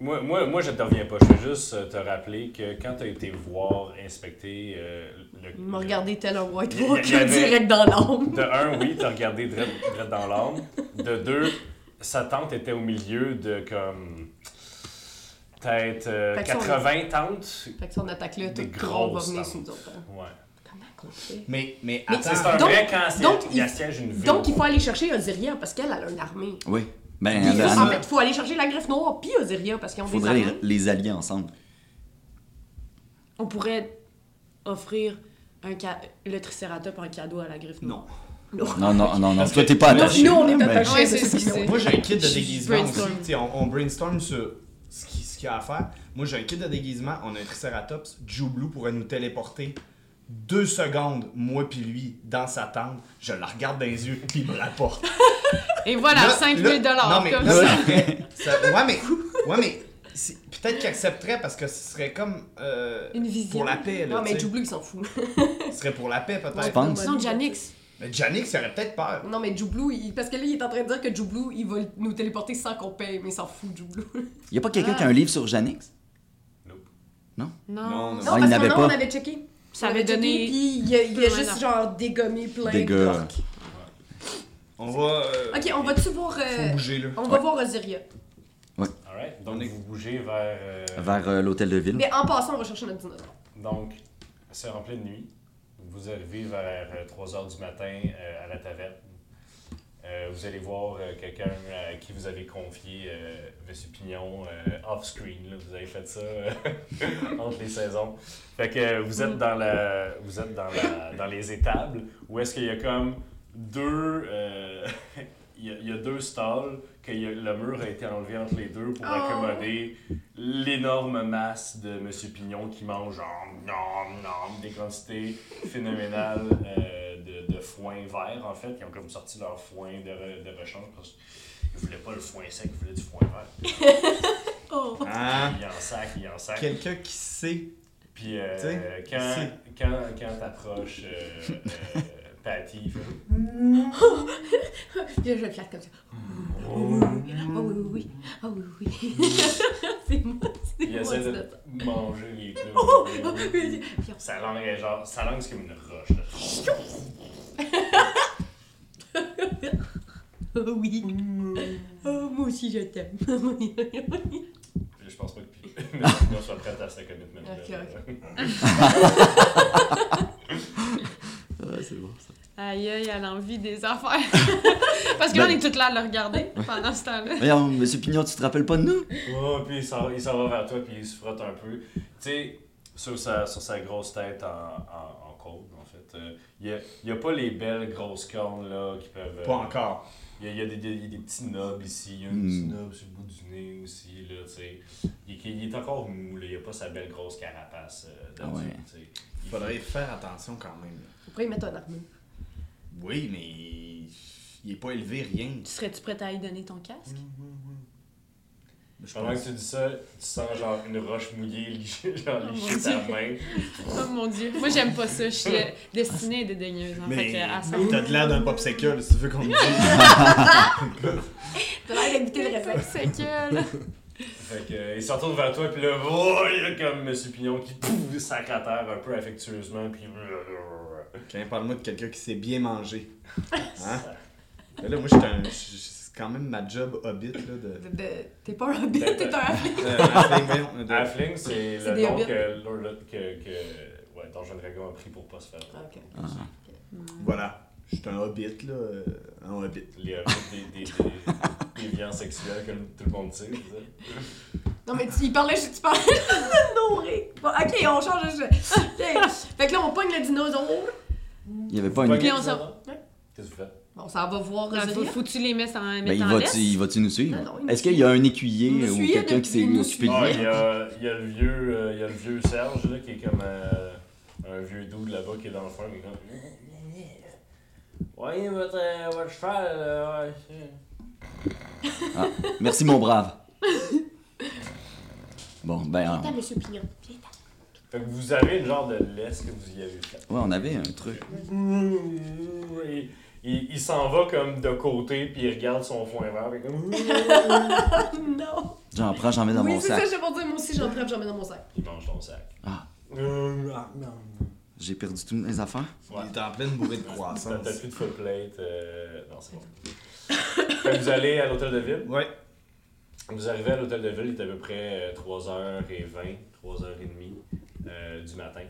[SPEAKER 1] Moi, moi, moi, je te reviens pas. Je veux juste euh, te rappeler que quand tu as été voir, inspecter euh, le.
[SPEAKER 3] Il m'a regardé tel un White
[SPEAKER 1] Il y- il y
[SPEAKER 3] Walker
[SPEAKER 1] avait-
[SPEAKER 3] direct dans l'ombre.
[SPEAKER 1] De un, oui, t'as regardé direct, direct dans l'âme. De deux, sa tante était au milieu de comme. Peut-être euh,
[SPEAKER 3] Fait que son-
[SPEAKER 1] 80 tantes.
[SPEAKER 3] Fait que si on attaque là, tout
[SPEAKER 1] Des
[SPEAKER 3] gros va
[SPEAKER 1] grosses
[SPEAKER 3] venir
[SPEAKER 1] tantes.
[SPEAKER 3] sur nous autres. hein.
[SPEAKER 1] Ouais.
[SPEAKER 3] Comment qu'on fait?
[SPEAKER 4] Mais, mais
[SPEAKER 3] Mais
[SPEAKER 1] C'est
[SPEAKER 4] attends.
[SPEAKER 1] un
[SPEAKER 3] Donc-
[SPEAKER 1] vrai cancer.
[SPEAKER 3] donc,
[SPEAKER 1] il
[SPEAKER 3] il-
[SPEAKER 1] assiège une ville.
[SPEAKER 3] Donc il faut aller chercher Oziria parce qu'elle elle a une armée.
[SPEAKER 2] Oui. Ben,
[SPEAKER 3] Puis,
[SPEAKER 2] elle-
[SPEAKER 3] en
[SPEAKER 2] elle-
[SPEAKER 3] fait, il faut aller chercher la greffe noire puis Oziria parce qu'ils ont des
[SPEAKER 2] faudrait
[SPEAKER 3] armées.
[SPEAKER 2] les, les allier ensemble.
[SPEAKER 5] On pourrait offrir un ca- le tricératops en cadeau à la griffe.
[SPEAKER 4] Non.
[SPEAKER 2] Non, non, non, non.
[SPEAKER 4] Parce
[SPEAKER 2] Toi,
[SPEAKER 4] que-
[SPEAKER 2] t'es pas
[SPEAKER 4] Nous-
[SPEAKER 2] attaché.
[SPEAKER 3] nous, on est
[SPEAKER 2] Ben, (laughs)
[SPEAKER 3] attachés.
[SPEAKER 5] Ouais, c'est ce qu'il sait.
[SPEAKER 4] Moi, j'ai un kit de
[SPEAKER 5] Je
[SPEAKER 4] déguisement aussi.
[SPEAKER 5] brainstorm.
[SPEAKER 4] Tu sais, On, on brainstorm sur ce qui- ce qu'il y a à faire. Moi, j'ai un kit de déguisement. On a un Triceratops. Jublou pourrait nous téléporter deux secondes, moi puis lui, dans sa tente. Je la regarde dans les yeux, puis il me rapporte.
[SPEAKER 5] Et voilà,
[SPEAKER 4] Là,
[SPEAKER 5] 5000
[SPEAKER 4] là-
[SPEAKER 5] dollars
[SPEAKER 4] non, mais
[SPEAKER 5] comme
[SPEAKER 4] là,
[SPEAKER 5] ça.
[SPEAKER 4] ça ferait- ça- ouais, mais. Ouais, mais. c'est- Peut-être qu'il accepterait parce que ce serait comme. euh,
[SPEAKER 5] Une vision.
[SPEAKER 4] Pour la paix, là.
[SPEAKER 3] Non, mais
[SPEAKER 4] tu sais.
[SPEAKER 3] Jublou, il s'en fout.
[SPEAKER 4] Ce serait pour la paix,
[SPEAKER 2] Tu
[SPEAKER 4] peut-être.
[SPEAKER 2] penses?
[SPEAKER 5] Disons Janix.
[SPEAKER 4] Mais Jannick, ça aurait peut-être peur.
[SPEAKER 3] Non, mais Jublou, il- parce que là, il est en train de dire que Jublou, il va nous téléporter sans qu'on paye, mais il s'en fout, Jublou.
[SPEAKER 2] Y a pas quelqu'un qui a un livre sur Janix?
[SPEAKER 5] Non.
[SPEAKER 4] Non, non.
[SPEAKER 3] Non,
[SPEAKER 2] Ah, il
[SPEAKER 3] parce
[SPEAKER 2] n'avait
[SPEAKER 3] qu'on
[SPEAKER 2] pas.
[SPEAKER 3] on avait checké.
[SPEAKER 5] Ça
[SPEAKER 3] On
[SPEAKER 5] avait
[SPEAKER 3] checké,
[SPEAKER 5] donné.
[SPEAKER 3] Puis il a, il a
[SPEAKER 5] plein
[SPEAKER 3] juste
[SPEAKER 5] d'argent.
[SPEAKER 3] genre dégommé plein
[SPEAKER 2] Des
[SPEAKER 3] de
[SPEAKER 2] gars.
[SPEAKER 3] orques.
[SPEAKER 4] On va. euh,
[SPEAKER 3] Ok, on va-tu voir. euh,
[SPEAKER 4] Faut bouger, là.
[SPEAKER 3] on va voir Osiria.
[SPEAKER 1] Alright. Donc, vous bougez vers. euh,
[SPEAKER 2] Vers euh, l'hôtel de ville.
[SPEAKER 3] Mais en passant, on va chercher notre dinosaure.
[SPEAKER 1] Donc, c'est en pleine nuit. Vous arrivez vers 3 h du matin euh, à la taverne. Euh, vous allez voir euh, quelqu'un à qui vous avez confié euh, Monsieur Pignon euh, off-screen. là. Vous avez fait ça euh, entre les saisons. Fait que euh, vous êtes dans, la, vous êtes dans, la- dans les étables où est-ce qu'il y a comme deux... euh, (laughs) il, y a, il y a deux stalls que il y a- le mur a été enlevé entre les deux pour
[SPEAKER 3] Oh.
[SPEAKER 1] accommoder l'énorme masse de Monsieur Pignon qui mange genre, nom, nom, des quantités phénoménales euh, de, de foin vert, en fait. Ils ont comme sorti leur foin de, re- de rechange parce qu'ils voulaient pas le foin sec, ils voulaient du foin vert.
[SPEAKER 3] Oh.
[SPEAKER 4] Hein?
[SPEAKER 1] Ils en sac, ils en sac.
[SPEAKER 4] Quelqu'un qui sait
[SPEAKER 1] Puis euh,
[SPEAKER 4] Tu sais,
[SPEAKER 1] quand,
[SPEAKER 4] c'est-
[SPEAKER 1] quand, quand t'approches euh, euh, Patty,
[SPEAKER 3] (laughs)
[SPEAKER 1] il fait
[SPEAKER 3] Puis là, je le flatte comme ça. Oh oui, oui, oui. Oh oui, oui, oui. Oh oui, oui, oui. (laughs) c'est moi, c'est
[SPEAKER 1] il
[SPEAKER 3] moi. Oh,
[SPEAKER 1] essaie
[SPEAKER 3] c'est
[SPEAKER 1] de
[SPEAKER 3] notre-
[SPEAKER 1] manger les clous.
[SPEAKER 3] Puis on-
[SPEAKER 1] Sa langue est genre, sa langue c'est comme une roche. là.
[SPEAKER 3] Oh oui. Oh, moi aussi, je t'aime.
[SPEAKER 1] Je pense pas (laughs) que Moi, je suis prête à ce commitment.
[SPEAKER 3] Ok, ok.
[SPEAKER 2] Ouais, c'est bon, ça.
[SPEAKER 5] Aïe, aïe, elle a envie des
[SPEAKER 2] (laughs)
[SPEAKER 5] affaires. Parce que là, on
[SPEAKER 2] Ben-
[SPEAKER 5] est toutes là à le regarder pendant ce temps-là.
[SPEAKER 2] Voyons, Monsieur Pignon, tu te rappelles pas de nous?
[SPEAKER 1] Ouais, Oh, puis il s'en il s'en va vers toi, puis il se frotte un peu. Tu sais, sur sa, sur sa grosse tête en, en, en cône, en fait. euh, Il n'y a, pas les belles grosses cornes, là, qui peuvent... euh,
[SPEAKER 4] Pas encore.
[SPEAKER 1] Il y a, il y a des, des- il y a des petits knobs ici, il y a un
[SPEAKER 2] Hmm.
[SPEAKER 1] petit knob sur le bout du nez aussi, là, tu sais. Il, est- il est encore mou, là, il a pas sa belle grosse carapace euh,
[SPEAKER 2] Ah ouais.
[SPEAKER 1] d'adulte, tu sais. Il-
[SPEAKER 4] Faudrait faire attention quand même.
[SPEAKER 3] Pourquoi ils mettent un armure?
[SPEAKER 4] Oui, mais il est pas élevé rien.
[SPEAKER 5] Tu serais-tu prête à lui donner ton casque?
[SPEAKER 4] Je
[SPEAKER 1] Pendant
[SPEAKER 4] pense.
[SPEAKER 1] que tu dis ça, tu sens genre une roche mouillée licher, (laughs) genre,
[SPEAKER 5] Oh
[SPEAKER 1] licher
[SPEAKER 5] mon
[SPEAKER 1] ta
[SPEAKER 5] Dieu.
[SPEAKER 1] main.
[SPEAKER 5] Oh mon dieu. Moi, j'aime pas ça. Je suis euh, destinée et dédaigneuse. En fait,
[SPEAKER 4] Mais
[SPEAKER 5] que, à ça.
[SPEAKER 4] t'as de l'air d'un popsicle, si tu veux qu'on le dise. (laughs)
[SPEAKER 3] T'as l'air d'éviter le réflexe.
[SPEAKER 5] C'est que.
[SPEAKER 1] Fait que, euh, il se retourne vers toi, puis là, oh, il y a comme Monsieur Pignon qui pouf, sac à terre un peu affectueusement, puis.
[SPEAKER 4] Quand parle-moi de quelqu'un qui sait bien manger. Hein? Mais là, moi, je suis un- je- je- C'est quand même ma job hobbit, là, de.
[SPEAKER 5] (laughs)
[SPEAKER 3] De- de- T'es pas un hobbit, t'es un afflict.
[SPEAKER 4] Euh, enfin, voyons, de-
[SPEAKER 1] Halfling, c'est
[SPEAKER 3] C'est
[SPEAKER 1] le
[SPEAKER 3] des
[SPEAKER 1] nom
[SPEAKER 3] hobbits.
[SPEAKER 1] que, Lord- que, que ouais, Donjon Dragon a pris pour pas se faire.
[SPEAKER 3] Ah, ok.
[SPEAKER 4] Voilà. Je suis un hobbit, là. euh, Un hobbit.
[SPEAKER 1] Les hobbits, des, des, des, des viands sexuels, comme tout le monde sait. c'est ça?
[SPEAKER 3] Non, mais tu il parlais, tu parlais (laughs) juste de nourrir. Bon, ok, on change de sujet. Ok. Fait que là, on pogne le dinosaure.
[SPEAKER 2] Il y avait pas une.
[SPEAKER 1] Fait
[SPEAKER 2] Ben,
[SPEAKER 1] que-
[SPEAKER 5] Puis on s'en-
[SPEAKER 1] Qu'est-ce que vous faites
[SPEAKER 3] On s'en va voir
[SPEAKER 5] Dans le fond,
[SPEAKER 3] Zodiac.
[SPEAKER 5] Faut-tu les mettre en, mettre
[SPEAKER 2] Ben, il
[SPEAKER 5] en
[SPEAKER 2] va-tu
[SPEAKER 5] laisse?
[SPEAKER 2] il va-tu nous suivre?
[SPEAKER 3] Ah Non, non, il nous
[SPEAKER 2] Est-ce qu'il y a un écuyer
[SPEAKER 3] Il nous
[SPEAKER 2] ou
[SPEAKER 3] suit,
[SPEAKER 2] quelqu'un qui s'est
[SPEAKER 3] il nous
[SPEAKER 2] occupé
[SPEAKER 3] suit.
[SPEAKER 2] de
[SPEAKER 1] Ah,
[SPEAKER 2] lui?
[SPEAKER 1] il y a, il y a le vieux, euh, il y a le vieux Serge, là, qui est comme euh, un vieux doux de là-bas qui est dans le fond, il est comme. Voyez votre, euh, votre cheval, là, ouais, c'est-
[SPEAKER 2] Merci, mon
[SPEAKER 3] (laughs)
[SPEAKER 2] brave. Bon, ben, euh,
[SPEAKER 3] Attends, monsieur Pignon. Viens, t'as-
[SPEAKER 1] Fait que vous avez le genre de laisse que vous y avez fait.
[SPEAKER 2] ouais, on avait un truc.
[SPEAKER 1] Il, il- il s'en va comme de côté, puis il regarde son foin vert. fait comme... (laughs)
[SPEAKER 3] Ah, Non.
[SPEAKER 2] J'en prends, j'en mets dans
[SPEAKER 3] oui,
[SPEAKER 2] mon
[SPEAKER 3] c'est ça,
[SPEAKER 2] sac.
[SPEAKER 3] j'ai pas dire. Moi aussi, j'en prends, j'en mets dans mon sac.
[SPEAKER 1] Il mange ton sac. Euh, ah,
[SPEAKER 2] Ah.
[SPEAKER 1] Ouais.
[SPEAKER 2] J'ai perdu toutes mes affaires.
[SPEAKER 4] Il est en pleine bourrée de
[SPEAKER 1] T'as
[SPEAKER 4] croissance.
[SPEAKER 1] (laughs) t'as plus de full plate. euh, Non, c'est bon. Fait que vous allez à l'hôtel de ville.
[SPEAKER 4] Ouais.
[SPEAKER 1] Vous arrivez à l'hôtel de ville, il est à peu près euh, 3h20, 3h30 euh, du matin.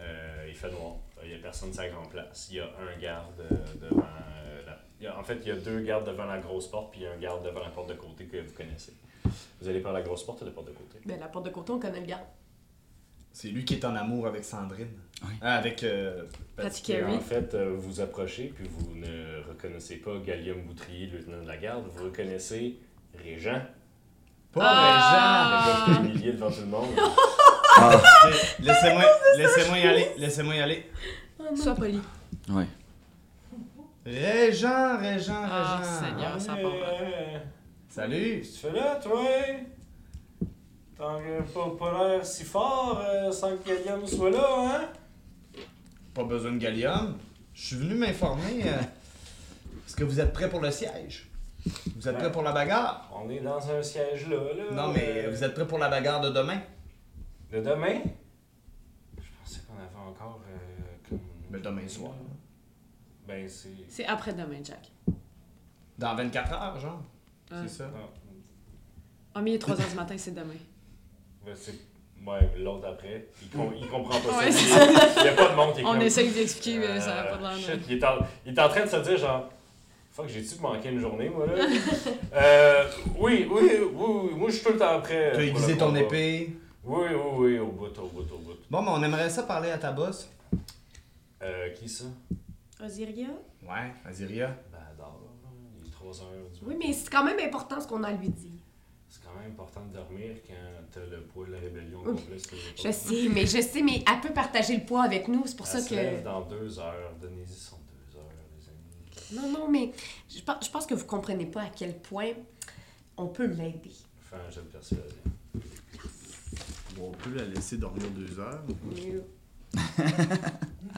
[SPEAKER 1] Euh, il fait noir. Il n'y a personne sur la grande place. Il y a un garde euh, devant euh, la... il y a- en fait, il y a deux gardes devant la grosse porte, puis il y a un garde devant la porte de côté que vous connaissez. Vous allez par la grosse porte ou la porte de côté?
[SPEAKER 3] Ben, la porte de coton, on connaît le gars.
[SPEAKER 4] C'est lui qui est en amour avec Sandrine.
[SPEAKER 2] Oui.
[SPEAKER 4] Ah, avec. euh,
[SPEAKER 5] Patty
[SPEAKER 1] Et
[SPEAKER 5] Carey.
[SPEAKER 1] En fait, euh, vous approchez, puis vous ne reconnaissez pas Gallium Boutrier, lieutenant de la garde. Vous reconnaissez Régent.
[SPEAKER 4] Pas
[SPEAKER 5] Ah.
[SPEAKER 1] Le gars qui est humilié devant tout le monde.
[SPEAKER 2] Ah,
[SPEAKER 4] Régent!
[SPEAKER 5] (laughs)
[SPEAKER 4] T'sais, Laissez-moi laissez-moi y aller, laissez-moi y aller.
[SPEAKER 3] Oh,
[SPEAKER 5] Sois poli.
[SPEAKER 2] ouais.
[SPEAKER 4] Régent, Régent,
[SPEAKER 5] Ah,
[SPEAKER 4] Régent.
[SPEAKER 5] Seigneur. (laughs) Ah, ça part,
[SPEAKER 1] Euh,
[SPEAKER 4] Salut!
[SPEAKER 1] Tu fais là, toi? T'en as pas, pas l'air si fort euh, sans que Gallium soit là, hein?
[SPEAKER 4] Pas besoin de gallium. Je suis venu m'informer. euh, (laughs) Est-ce que vous êtes prêt pour le siège? Vous êtes prêt pour la bagarre?
[SPEAKER 1] On est dans un siège là, là.
[SPEAKER 4] Non, mais
[SPEAKER 1] Euh,
[SPEAKER 4] vous êtes prêt pour la bagarre de demain?
[SPEAKER 1] De demain? Je pensais qu'on avait encore. euh, comme...
[SPEAKER 4] Mais demain soir.
[SPEAKER 1] Ben, c'est.
[SPEAKER 5] C'est après-demain, Jack.
[SPEAKER 4] Dans 24 heures, genre.
[SPEAKER 5] Ah.
[SPEAKER 4] C'est ça.
[SPEAKER 1] Non,
[SPEAKER 5] Oh, mais il est 3 h du matin, c'est demain.
[SPEAKER 1] ben, c'est- Ouais, l'autre après. Il, com- il comprend
[SPEAKER 5] (laughs)
[SPEAKER 1] pas
[SPEAKER 5] Ouais, c'est
[SPEAKER 1] ça. Il y a pas de monde qui est
[SPEAKER 5] On
[SPEAKER 1] comme,
[SPEAKER 5] essaye d'expliquer, mais ça n'a
[SPEAKER 1] Euh,
[SPEAKER 5] pas de l'air.
[SPEAKER 1] shit, il, est en, il est en train de se dire genre Fuck, j'ai-tu manqué une journée, moi
[SPEAKER 3] (laughs)
[SPEAKER 1] là euh, oui, oui, oui, oui, moi je suis tout le temps prêt. euh,
[SPEAKER 4] Tu as
[SPEAKER 1] pour le
[SPEAKER 4] aiguisé ton
[SPEAKER 1] combat.
[SPEAKER 4] épée.
[SPEAKER 1] Oui, oui, oui, au bout, au bout, au bout.
[SPEAKER 4] Bon, mais on aimerait ça parler à ta boss.
[SPEAKER 1] Euh, qui ça
[SPEAKER 3] Osiria?
[SPEAKER 4] Ouais, Aziria.
[SPEAKER 1] Ben, dors, là, il est 3 heures du matin.
[SPEAKER 3] Oui, mais c'est quand même important ce qu'on a à lui dire.
[SPEAKER 1] C'est quand même important de dormir quand t'as le poids de la rébellion
[SPEAKER 3] Oui.
[SPEAKER 1] complet sur les
[SPEAKER 3] Je
[SPEAKER 1] épaules.
[SPEAKER 3] sais, mais je sais, mais elle peut partager le poids avec nous, c'est pour
[SPEAKER 1] Elle
[SPEAKER 3] ça
[SPEAKER 1] se lève
[SPEAKER 3] que.
[SPEAKER 1] dans 2 heures, donnez-y son 2 heures, les amis.
[SPEAKER 3] Non, non, mais je pense, je pense que vous comprenez pas à quel point on peut l'aider.
[SPEAKER 1] Enfin, je me persuasion.
[SPEAKER 4] Bon, on peut la laisser dormir deux heures.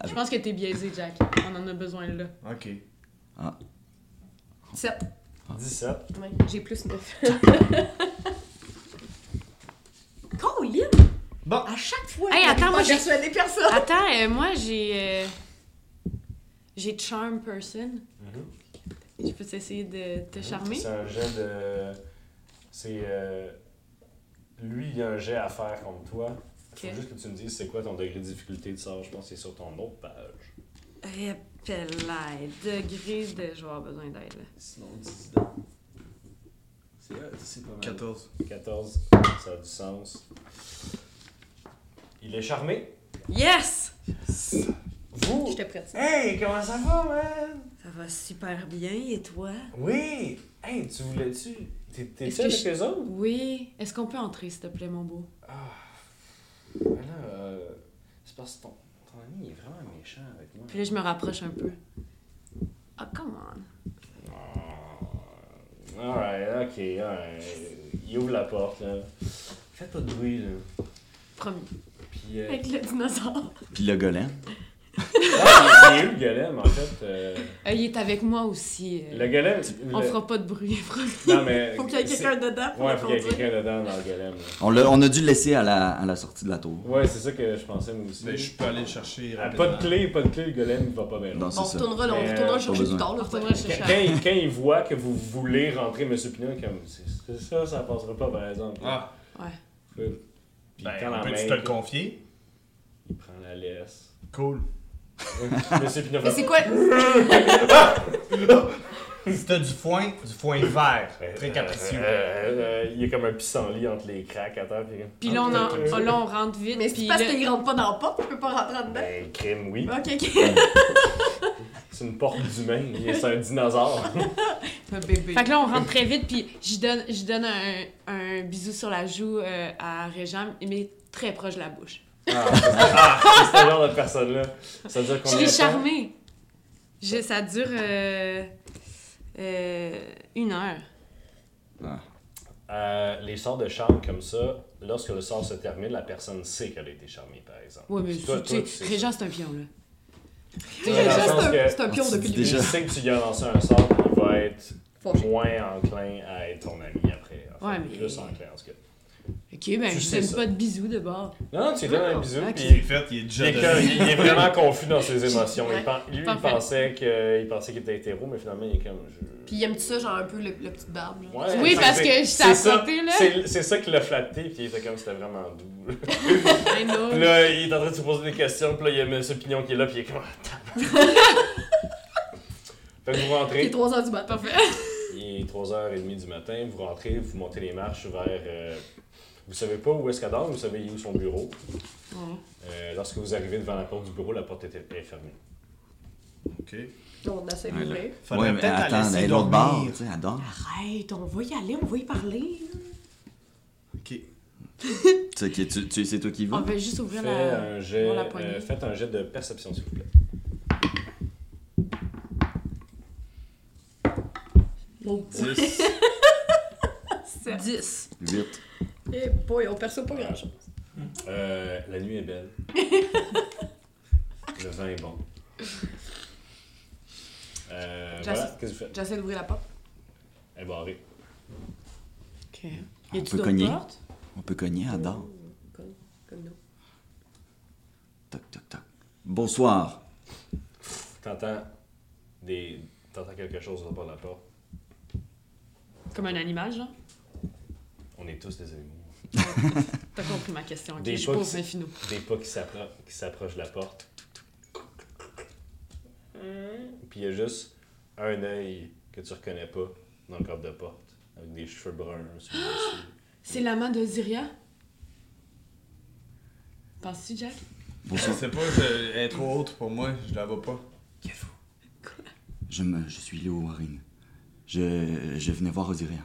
[SPEAKER 5] Je pense que t'es biaisé, Jack. On en a besoin là.
[SPEAKER 4] Ok.
[SPEAKER 3] Sept.
[SPEAKER 4] Ah.
[SPEAKER 1] 17.
[SPEAKER 3] Ouais, j'ai plus neuf. (laughs) Colin!
[SPEAKER 4] Bon,
[SPEAKER 3] À chaque fois,
[SPEAKER 5] Hey,
[SPEAKER 3] j'arrive
[SPEAKER 5] attends,
[SPEAKER 3] pas
[SPEAKER 5] moi,
[SPEAKER 3] à
[SPEAKER 5] j'ai-
[SPEAKER 3] persuader personne.
[SPEAKER 5] Attends, euh, moi j'ai. euh, J'ai Charm Person.
[SPEAKER 1] Mhm.
[SPEAKER 5] Je peux essayer de te charmer.
[SPEAKER 1] C'est un jet de. C'est. euh, Lui, il y a un jet à faire contre toi.
[SPEAKER 5] Ok.
[SPEAKER 1] Faut juste que tu me dises c'est quoi ton degré de difficulté de sort. Je pense que c'est sur ton autre page.
[SPEAKER 5] Rappelaille, degré de. Je vais avoir besoin d'aide. là.
[SPEAKER 6] Sinon, 10 dedans. C'est euh, c'est pas mal.
[SPEAKER 4] 14.
[SPEAKER 1] 14, ça a du sens. Il est charmé.
[SPEAKER 3] Yes!
[SPEAKER 1] Vous
[SPEAKER 3] J'étais prête.
[SPEAKER 1] Hey, comment ça va, man
[SPEAKER 3] Ça va super bien, et toi?
[SPEAKER 1] Oui Hey, tu voulais-tu T'es- T'es-tu
[SPEAKER 5] Est-ce
[SPEAKER 1] avec
[SPEAKER 5] que je-
[SPEAKER 1] eux autres
[SPEAKER 5] Oui. Est-ce qu'on peut entrer, s'il te plaît, mon beau?
[SPEAKER 1] Ah. Ben là, euh, c'est parce que ton, ton ami il est vraiment méchant avec moi.
[SPEAKER 5] Puis là, je me rapproche un peu. Ah, come on.
[SPEAKER 1] Ah, Alright, ok, alright. Il ouvre la porte, là. Fais pas de bruit, là.
[SPEAKER 5] Promis.
[SPEAKER 1] Puis, euh,
[SPEAKER 5] Avec le dinosaure.
[SPEAKER 2] Puis le golem.
[SPEAKER 1] ah, il est où le golem, en fait? euh,
[SPEAKER 5] Euh, il est avec moi aussi. euh,
[SPEAKER 1] le golem...
[SPEAKER 5] On
[SPEAKER 1] le-
[SPEAKER 5] fera pas de bruit, (laughs) promis.
[SPEAKER 1] (laughs) Non, mais... euh,
[SPEAKER 5] Faut qu'il y ait quelqu'un dedans
[SPEAKER 1] c'est-
[SPEAKER 5] pour
[SPEAKER 1] Ouais,
[SPEAKER 5] le
[SPEAKER 1] faut qu'il y ait
[SPEAKER 5] conduire.
[SPEAKER 1] quelqu'un dedans dans le golem, là.
[SPEAKER 2] On, l'a- on a dû le laisser à la, à la sortie de la tour.
[SPEAKER 1] Ouais, c'est ça que je pensais, moi aussi.
[SPEAKER 4] Ben, je peux aller le chercher.
[SPEAKER 1] Ah,
[SPEAKER 4] rapidement.
[SPEAKER 1] pas de clé, pas de clé, le golem, il va pas bien.
[SPEAKER 2] Non,
[SPEAKER 1] loin.
[SPEAKER 2] c'est
[SPEAKER 3] On
[SPEAKER 2] ça.
[SPEAKER 3] retournera, là, on
[SPEAKER 1] Mais,
[SPEAKER 3] retournera
[SPEAKER 1] euh,
[SPEAKER 3] le chercher
[SPEAKER 2] pas
[SPEAKER 3] plus tard.
[SPEAKER 5] On
[SPEAKER 3] Là,
[SPEAKER 5] retournera le
[SPEAKER 1] Quand,
[SPEAKER 5] chercher.
[SPEAKER 1] quand il, quand il voit que vous voulez rentrer, M. Pignon, il est comme... C'est c'est ça, ça passera pas, par exemple.
[SPEAKER 4] Ah,
[SPEAKER 1] Puis il prend la
[SPEAKER 4] ben,
[SPEAKER 1] main,
[SPEAKER 4] peux-tu te le confier?
[SPEAKER 1] il prend la laisse. (laughs)
[SPEAKER 4] Cool.
[SPEAKER 1] M. Pignon fait...
[SPEAKER 3] Mais c'est quoi?
[SPEAKER 4] Si t'as du foin, du (laughs) foin vert. Très capricieux.
[SPEAKER 1] Euh, euh, il y a comme un pissenlit entre les craques à terre. Puis...
[SPEAKER 5] Puis là, on, en- oh, là, on rentre vite.
[SPEAKER 3] Mais
[SPEAKER 5] puis
[SPEAKER 3] c'est parce
[SPEAKER 5] là-
[SPEAKER 3] qu'il rentre pas dans la porte, tu peux pas rentrer dedans.
[SPEAKER 1] Ben, crime, oui.
[SPEAKER 3] Ok, ok.
[SPEAKER 1] C'est une porte d'humain. Il est- C'est un dinosaure.
[SPEAKER 5] (laughs)
[SPEAKER 3] Un bébé.
[SPEAKER 5] Fait que là, on rentre très vite, puis je donne, je donne un, un bisou sur la joue euh, à Réjean, mais très proche de la bouche.
[SPEAKER 1] Ah, c'est ce genre de personne-là. Ça dure
[SPEAKER 5] Je
[SPEAKER 1] combien de
[SPEAKER 5] l'ai
[SPEAKER 1] temps?
[SPEAKER 5] charmé. Je- ça dure euh, euh, une heure.
[SPEAKER 1] Euh, les sorts de charme comme ça, lorsque le sort se termine, la personne sait qu'elle a été charmée, par exemple.
[SPEAKER 5] Ouais, mais
[SPEAKER 1] Puis toi,
[SPEAKER 5] tu
[SPEAKER 1] toi,
[SPEAKER 5] sais,
[SPEAKER 1] sais
[SPEAKER 5] Réjean, c'est un pion, là.
[SPEAKER 1] ça. Dans
[SPEAKER 3] Déjà,
[SPEAKER 1] le
[SPEAKER 3] c'est
[SPEAKER 1] sens
[SPEAKER 3] un-
[SPEAKER 1] que
[SPEAKER 3] c'est un pion
[SPEAKER 2] Ah,
[SPEAKER 3] depuis le
[SPEAKER 2] déjà.
[SPEAKER 1] Tu sais que tu lui as lancé un sort, il va être
[SPEAKER 3] Fâché.
[SPEAKER 1] moins enclin à être ton ami après. Enfin,
[SPEAKER 5] Ouais, mais-
[SPEAKER 1] Plus enclin, en tout cas.
[SPEAKER 5] Ok, ben,
[SPEAKER 1] Tu
[SPEAKER 5] je
[SPEAKER 1] sais
[SPEAKER 5] donne
[SPEAKER 1] ça.
[SPEAKER 5] pas de bisous
[SPEAKER 1] (laughs)
[SPEAKER 5] de bord.
[SPEAKER 1] Non, non, tu lui donnes un bisou,
[SPEAKER 5] ok.
[SPEAKER 1] puis
[SPEAKER 4] C'est fait, il est
[SPEAKER 1] Il
[SPEAKER 4] déjà
[SPEAKER 1] est, comme-
[SPEAKER 4] donné.
[SPEAKER 1] il est vraiment confus dans ses émotions. Il pen- lui, il
[SPEAKER 5] Parfait.
[SPEAKER 1] pensait que- il pensait qu'il était hétéro, mais finalement, il est comme. je-
[SPEAKER 3] Puis il aime ça, genre un peu le, la petite barbe. là?
[SPEAKER 1] Ouais,
[SPEAKER 5] Oui,
[SPEAKER 1] c'est-
[SPEAKER 5] parce que je
[SPEAKER 1] c'est
[SPEAKER 5] t'ai
[SPEAKER 1] ça-
[SPEAKER 5] attrapé, là.
[SPEAKER 1] c'est- C'est ça qui l'a flatté, puis il était comme c'était vraiment doux.
[SPEAKER 5] I know.
[SPEAKER 1] Puis là, il est en train de se poser des questions, puis là, il y a M. Pignon qui est là, puis il est comme. ah,
[SPEAKER 5] (laughs)
[SPEAKER 1] fait que vous
[SPEAKER 3] Il est
[SPEAKER 1] rentrez,
[SPEAKER 3] 3 heures du matin.
[SPEAKER 5] Parfait.
[SPEAKER 1] il est 3h30 du matin, vous rentrez, vous montez les marches vers. euh, vous savez pas où est-ce qu'elle dort, vous savez où son bureau.
[SPEAKER 5] Ouais.
[SPEAKER 1] Euh, lorsque vous arrivez devant la porte du bureau, la porte était est fermée.
[SPEAKER 4] Ok.
[SPEAKER 3] On essaie
[SPEAKER 2] Ouais,
[SPEAKER 3] de
[SPEAKER 2] là.
[SPEAKER 3] l'ouvrir.
[SPEAKER 4] Faudrait
[SPEAKER 2] mais
[SPEAKER 4] peut-être la
[SPEAKER 2] attends,
[SPEAKER 4] laisser
[SPEAKER 2] elle est l'autre bord,
[SPEAKER 4] dormir.
[SPEAKER 2] tu sais, elle dort.
[SPEAKER 3] Arrête, on va y aller, on va y parler.
[SPEAKER 4] Ok.
[SPEAKER 2] Tu sais, qui- tu- tu- c'est toi qui
[SPEAKER 5] On
[SPEAKER 2] vas.
[SPEAKER 5] va juste ouvrir
[SPEAKER 1] Fais
[SPEAKER 5] la,
[SPEAKER 1] un jet,
[SPEAKER 5] on la poignée.
[SPEAKER 1] euh, faites un jet de perception, s'il vous plaît.
[SPEAKER 3] Bon,
[SPEAKER 4] 10.
[SPEAKER 3] 10.
[SPEAKER 2] Vite.
[SPEAKER 3] Eh boy, on perçoit pas grand-chose.
[SPEAKER 1] Euh, la nuit est
[SPEAKER 5] (laughs)
[SPEAKER 1] belle. Le vin est bon. Euh,
[SPEAKER 5] Jason.
[SPEAKER 1] voilà, qu'est-ce que vous faites? Eh ben,
[SPEAKER 5] J'essaie d'ouvrir la porte.
[SPEAKER 1] Elle est barrée.
[SPEAKER 5] Ok.
[SPEAKER 2] On
[SPEAKER 5] Y a-tu
[SPEAKER 2] peut
[SPEAKER 5] d'autres
[SPEAKER 2] cogner.
[SPEAKER 5] portes?
[SPEAKER 2] On peut cogner, elle dort.
[SPEAKER 3] Comme, comme nous.
[SPEAKER 2] Toc, toc, toc. Bonsoir.
[SPEAKER 1] T'entends des... T'entends quelque chose au bord de la porte.
[SPEAKER 5] Comme un animal, genre?
[SPEAKER 1] On est tous des animaux.
[SPEAKER 5] T'as compris ma question, ok?
[SPEAKER 1] Des
[SPEAKER 5] Je
[SPEAKER 1] fois que
[SPEAKER 5] pose
[SPEAKER 1] c'est-
[SPEAKER 5] mes finaux.
[SPEAKER 1] Des pas qui s'appro- qui s'approchent de la porte. Puis il y a juste un œil que tu reconnais pas dans le cadre de porte. Avec des cheveux bruns sur le dessus.
[SPEAKER 5] (gasps) C'est la main de Ziria? Penses-tu, Jack?
[SPEAKER 4] Je sais pas, je- elle est trop haute pour moi, je la vois pas.
[SPEAKER 2] Je, me, je suis Léo Warren. Je, je venais voir Osiria.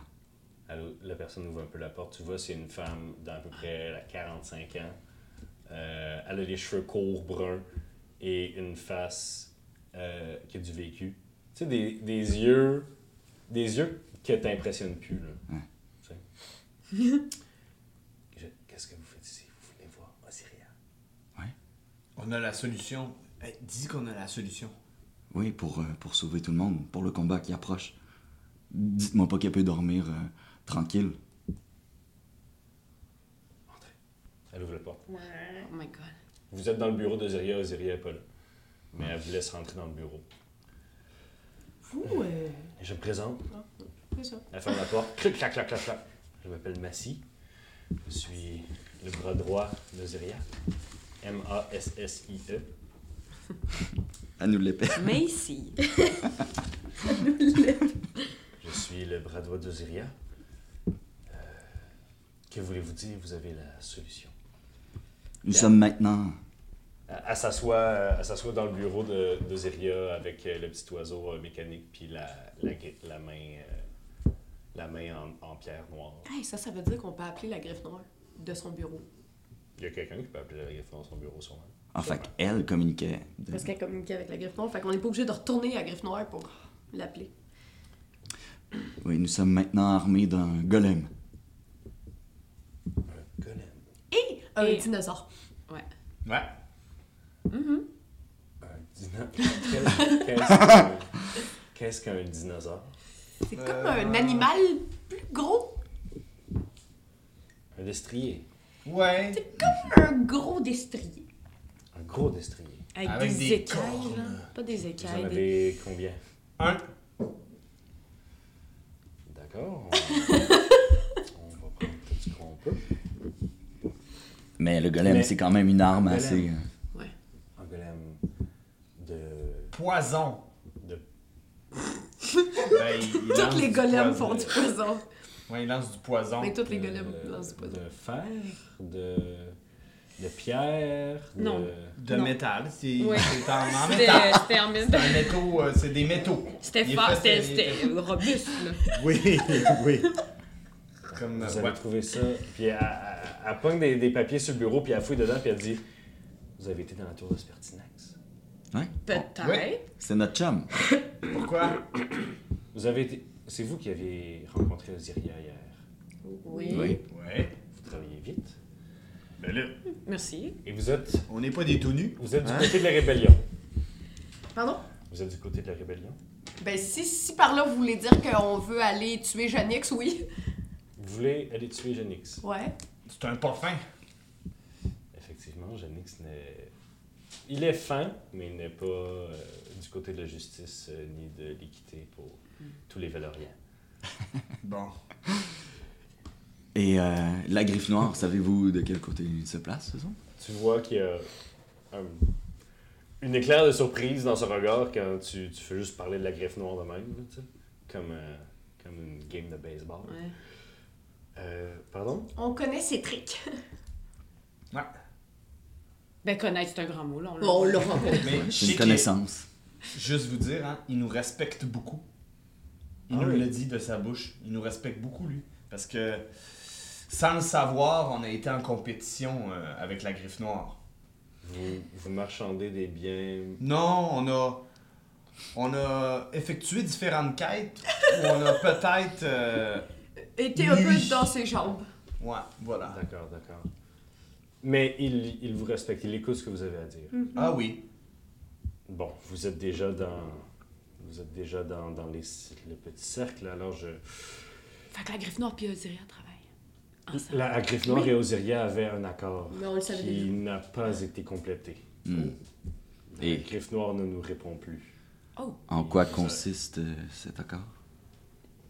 [SPEAKER 1] Allô, la personne ouvre un peu la porte. Tu vois, c'est une femme d'à peu près la 45 ans. Euh, elle a les cheveux courts, bruns et une face euh, qui a du vécu. Tu sais, des, des yeux. Des yeux que t'impressionnent plus, là.
[SPEAKER 2] Ouais.
[SPEAKER 1] Tu sais. Je- Qu'est-ce que vous faites ici? Vous voulez voir Osiria?
[SPEAKER 4] On a la solution. Eh, dis qu'on a la solution.
[SPEAKER 2] Oui, pour, euh, pour sauver tout le monde, pour le combat qui approche. Dites-moi pas qu'elle peut dormir euh, tranquille.
[SPEAKER 1] Entrez. Elle ouvre la porte.
[SPEAKER 5] Oh my god.
[SPEAKER 1] Vous êtes dans le bureau d'Osiria, Osiria est pas là. Mais elle vous laisse rentrer dans le bureau.
[SPEAKER 5] fou. euh,
[SPEAKER 1] Et je me présente.
[SPEAKER 5] c'est ça.
[SPEAKER 1] Elle ferme la porte. Clic, clac, clac, clac, clac. Je m'appelle Massy. Je suis le bras droit de Ziria. M-A-S-S-I-E.
[SPEAKER 2] Elle nous l'épée.
[SPEAKER 5] Mais ici.
[SPEAKER 1] Je suis le bras droit de Ziria. Euh, que voulez-vous dire? Vous avez la solution.
[SPEAKER 2] Nous sommes maintenant.
[SPEAKER 1] Elle elle s'assoit euh, elle s'assoit dans le bureau de, de Ziria avec euh, le petit oiseau euh, mécanique puis la, la, gri- la main, euh, la main en, en pierre noire.
[SPEAKER 3] Hey, ça, ça veut dire qu'on peut appeler la griffe noire de son bureau.
[SPEAKER 1] Il y a quelqu'un qui peut appeler la griffe dans son bureau sûrement.
[SPEAKER 2] Enfin, elle communiquait. de-
[SPEAKER 3] Parce qu'elle communique avec la griffe noire, fait qu'on n'est pas obligé de retourner à la griffe noire pour l'appeler.
[SPEAKER 2] Oui, nous sommes maintenant armés d'un golem.
[SPEAKER 1] Golem.
[SPEAKER 3] Un
[SPEAKER 5] Et-
[SPEAKER 3] dinosaure.
[SPEAKER 5] Ouais.
[SPEAKER 4] Ouais.
[SPEAKER 1] Un dino- (laughs) Quel- Qu'est-ce qu'un- Qu'est-ce qu'un dinosaure?
[SPEAKER 3] C'est comme un animal plus gros.
[SPEAKER 1] Un destrier.
[SPEAKER 4] Ouais.
[SPEAKER 3] Un gros destrier.
[SPEAKER 1] Un gros destrier.
[SPEAKER 5] Avec,
[SPEAKER 4] Avec
[SPEAKER 5] des,
[SPEAKER 4] des
[SPEAKER 5] écailles,
[SPEAKER 4] cornes.
[SPEAKER 5] là. Pas des
[SPEAKER 1] Vous
[SPEAKER 5] écailles.
[SPEAKER 1] en
[SPEAKER 5] des-
[SPEAKER 1] avez combien?
[SPEAKER 4] Un.
[SPEAKER 1] D'accord. On, on va prendre tout ce qu'on peut.
[SPEAKER 2] Mais le golem,
[SPEAKER 1] Mais-
[SPEAKER 2] c'est quand même une arme
[SPEAKER 1] Golem.
[SPEAKER 2] assez. euh,
[SPEAKER 1] Un golem de.
[SPEAKER 4] Poison.
[SPEAKER 1] de
[SPEAKER 4] Ben,
[SPEAKER 3] (laughs)
[SPEAKER 4] il lance
[SPEAKER 3] Tous les
[SPEAKER 4] du
[SPEAKER 3] golems
[SPEAKER 4] poison.
[SPEAKER 3] font du poison.
[SPEAKER 4] Ouais, il lance du poison.
[SPEAKER 3] Mais tous les
[SPEAKER 1] de-
[SPEAKER 3] golems lancent du poison.
[SPEAKER 1] De fer, de. de pierre,
[SPEAKER 5] Non.
[SPEAKER 1] de.
[SPEAKER 4] De
[SPEAKER 5] Non.
[SPEAKER 4] métal. C'est
[SPEAKER 5] Ouais.
[SPEAKER 3] (laughs)
[SPEAKER 4] c'est en, en
[SPEAKER 5] C'était euh,
[SPEAKER 4] métal.
[SPEAKER 5] c'était en mille-
[SPEAKER 4] C'est un métaux, euh, c'est des métaux.
[SPEAKER 5] C'était
[SPEAKER 4] Il est
[SPEAKER 5] fort,
[SPEAKER 4] fait-
[SPEAKER 5] c'était-
[SPEAKER 4] il est fait-
[SPEAKER 5] c'était robuste, là.
[SPEAKER 4] Oui, oui. Comme
[SPEAKER 1] Vous
[SPEAKER 4] euh,
[SPEAKER 1] avez
[SPEAKER 4] ouais.
[SPEAKER 1] trouvé ça. Puis elle, elle- elle pogne des, des papiers sur le bureau, puis elle fouille dedans, puis elle dit Vous avez été dans la tour de Spertinax.
[SPEAKER 5] Peut-être.
[SPEAKER 4] Ouais.
[SPEAKER 2] C'est notre chum.
[SPEAKER 4] Pourquoi
[SPEAKER 1] Vous avez été. C'est vous qui aviez rencontré Osiria hier.
[SPEAKER 5] Oui.
[SPEAKER 2] Oui.
[SPEAKER 4] Ouais.
[SPEAKER 1] Vous travaillez vite.
[SPEAKER 4] Ben là,
[SPEAKER 5] Merci.
[SPEAKER 1] Et vous êtes.
[SPEAKER 4] on n'est pas des tout nus.
[SPEAKER 1] Vous êtes du
[SPEAKER 4] Hein?
[SPEAKER 1] côté de la rébellion.
[SPEAKER 3] Pardon?
[SPEAKER 1] Vous êtes du côté de la rébellion.
[SPEAKER 3] Ben, si, si par là vous voulez dire qu'on veut aller tuer Janix, oui.
[SPEAKER 1] Vous voulez aller tuer Genix.
[SPEAKER 3] Ouais.
[SPEAKER 4] C'est un parfum.
[SPEAKER 1] Effectivement, Genix n'est. Il est fin, mais il n'est pas euh, du côté de la justice euh, ni de l'équité pour tous les Valoriens.
[SPEAKER 4] Bon.
[SPEAKER 2] Et euh, la griffe noire, savez-vous de quel côté il se place, ce son
[SPEAKER 1] Tu vois qu'il y a euh, un- une éclair de surprise dans ce regard quand tu, tu fais juste parler de la greffe noire de même, là, tu sais. comme, euh, comme une game de baseball.
[SPEAKER 5] Ouais.
[SPEAKER 1] Euh, pardon?
[SPEAKER 3] On connaît ses tricks.
[SPEAKER 4] Ouais.
[SPEAKER 5] Ben, connaître, c'est un grand mot, là. on l'a-
[SPEAKER 3] Bon, on l'a rencontré.
[SPEAKER 4] Mais je sais
[SPEAKER 2] C'est une
[SPEAKER 4] que-
[SPEAKER 2] connaissance.
[SPEAKER 4] Juste vous dire, hein, il nous respecte beaucoup. Il
[SPEAKER 1] Ah
[SPEAKER 4] nous
[SPEAKER 1] oui.
[SPEAKER 4] l'a dit de sa bouche. Il nous respecte beaucoup, lui. Parce que, sans le savoir, on a été en compétition euh, avec la griffe noire.
[SPEAKER 1] Vous, vous marchandez des biens.
[SPEAKER 4] Non, on a. On a effectué différentes quêtes. où on a peut-être. euh,
[SPEAKER 3] Était un peu
[SPEAKER 4] Lui.
[SPEAKER 3] dans ses jambes.
[SPEAKER 4] Ouais, voilà.
[SPEAKER 1] D'accord, d'accord. Mais il, il vous respecte, il écoute ce que vous avez à dire.
[SPEAKER 4] Ah oui.
[SPEAKER 1] Bon, vous êtes déjà dans. Vous êtes déjà dans, dans les, le petit cercle, alors je.
[SPEAKER 5] Fait que la griffe noire puis euh, Osiria travaillent. ensemble.
[SPEAKER 1] La, la griffe noire et Osiria avaient un accord
[SPEAKER 3] Mais on le savait
[SPEAKER 1] qui n'a pas été complété.
[SPEAKER 2] Hmm.
[SPEAKER 1] Et
[SPEAKER 2] Et-
[SPEAKER 1] Griffe Noire ne nous répond plus.
[SPEAKER 2] En quoi consiste euh, cet accord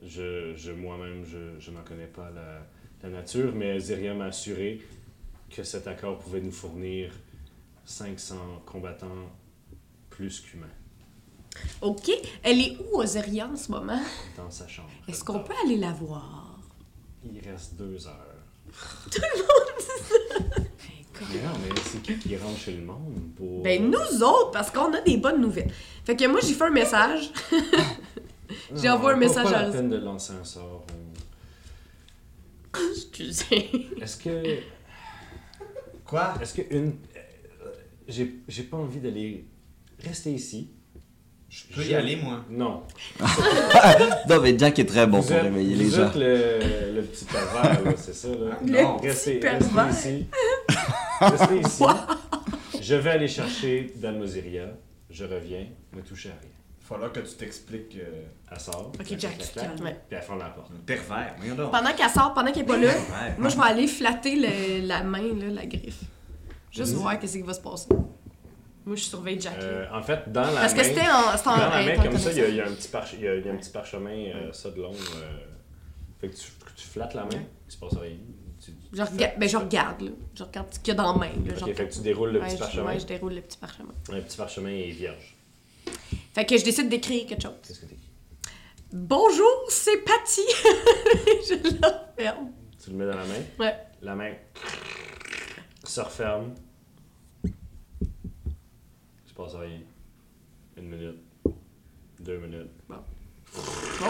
[SPEAKER 1] Je, je- moi-même, je, je n'en connais pas la, la nature, mais Ziria m'a assuré que cet accord pouvait nous fournir 500 combattants plus qu'humains
[SPEAKER 3] (laughs) Ok. Elle est où, Ozeria, en ce moment?
[SPEAKER 1] dans sa chambre.
[SPEAKER 3] Est-ce qu'on peut aller la voir?
[SPEAKER 1] Il reste deux heures.
[SPEAKER 3] (laughs)
[SPEAKER 5] Ben, comme-
[SPEAKER 1] Mais non, mais c'est qui qui rentre chez le monde pour...
[SPEAKER 3] Ben, nous autres, parce qu'on a des bonnes nouvelles. Fait que moi, j'ai fait un message. (laughs)
[SPEAKER 1] Non,
[SPEAKER 3] j'ai envoyé un
[SPEAKER 1] pas-
[SPEAKER 3] message
[SPEAKER 1] pas
[SPEAKER 3] à-
[SPEAKER 1] la peine de lancer un sort. on-
[SPEAKER 3] Excusez.
[SPEAKER 1] Est-ce que...
[SPEAKER 4] Quoi
[SPEAKER 1] Est-ce que une... euh, J'ai, j'ai pas envie d'aller rester ici.
[SPEAKER 4] Je peux y
[SPEAKER 1] Je-
[SPEAKER 4] aller, moi.
[SPEAKER 1] Non.
[SPEAKER 2] Ah, Non, mais Jack est très bon
[SPEAKER 1] vous
[SPEAKER 2] pour
[SPEAKER 1] êtes,
[SPEAKER 2] réveiller
[SPEAKER 1] vous
[SPEAKER 2] les gens.
[SPEAKER 1] êtes le, le petit pervers, là, c'est ça, là.
[SPEAKER 4] Le
[SPEAKER 1] Non, restez,
[SPEAKER 3] petit
[SPEAKER 1] restez
[SPEAKER 3] pervers.
[SPEAKER 1] ici. Restez ici. Je vais aller chercher Dalmosiria. Je reviens. Ne touchez à rien.
[SPEAKER 4] Faudra que tu t'expliques. euh,
[SPEAKER 1] Elle sort.
[SPEAKER 5] Ok, Jack, tu te calmes.
[SPEAKER 3] Ouais.
[SPEAKER 1] Puis elle ferme la porte.
[SPEAKER 4] Pervers, voyons donc.
[SPEAKER 3] Pendant qu'elle sort, pendant qu'elle est pas là,
[SPEAKER 4] Ouais.
[SPEAKER 3] moi, je vais aller flatter le- la main, là, la griffe. Juste
[SPEAKER 1] Vas-y.
[SPEAKER 3] voir qu'est-ce qui va se passer.
[SPEAKER 5] Moi, je surveille Jackie.
[SPEAKER 1] Euh, en fait, dans la
[SPEAKER 3] Parce que
[SPEAKER 1] main-
[SPEAKER 3] c'était en, c'était en,
[SPEAKER 1] Dans la
[SPEAKER 3] hey,
[SPEAKER 1] main,
[SPEAKER 3] t'en
[SPEAKER 1] comme ça, il y, a-
[SPEAKER 3] connais
[SPEAKER 1] il y a un petit parche- il y a- il y a un petit parchemin, euh, ça de long. euh, fait que tu, que tu flattes la main,
[SPEAKER 5] Ouais.
[SPEAKER 1] il se passe rien. Tu- tu
[SPEAKER 3] Je
[SPEAKER 1] flattes,
[SPEAKER 3] regarde, ben, je regarde, là. Je regarde ce qu'il y a dans la main. Là,
[SPEAKER 1] Ok,
[SPEAKER 3] je
[SPEAKER 1] fait
[SPEAKER 3] regarde.
[SPEAKER 1] que tu déroules le petit
[SPEAKER 3] Ouais, je,
[SPEAKER 1] parchemin.
[SPEAKER 3] ouais, je déroule le petit parchemin.
[SPEAKER 1] Un petit parchemin est vierge.
[SPEAKER 3] Fait que je décide d'écrire quelque chose.
[SPEAKER 1] Qu'est-ce que t'écris?
[SPEAKER 3] Bonjour, c'est Patty. (laughs) je la referme.
[SPEAKER 1] Tu le mets dans la main.
[SPEAKER 3] Ouais.
[SPEAKER 1] La main se referme. Il se passe rien. Une minute. Deux minutes.
[SPEAKER 3] Bon.
[SPEAKER 1] Bon.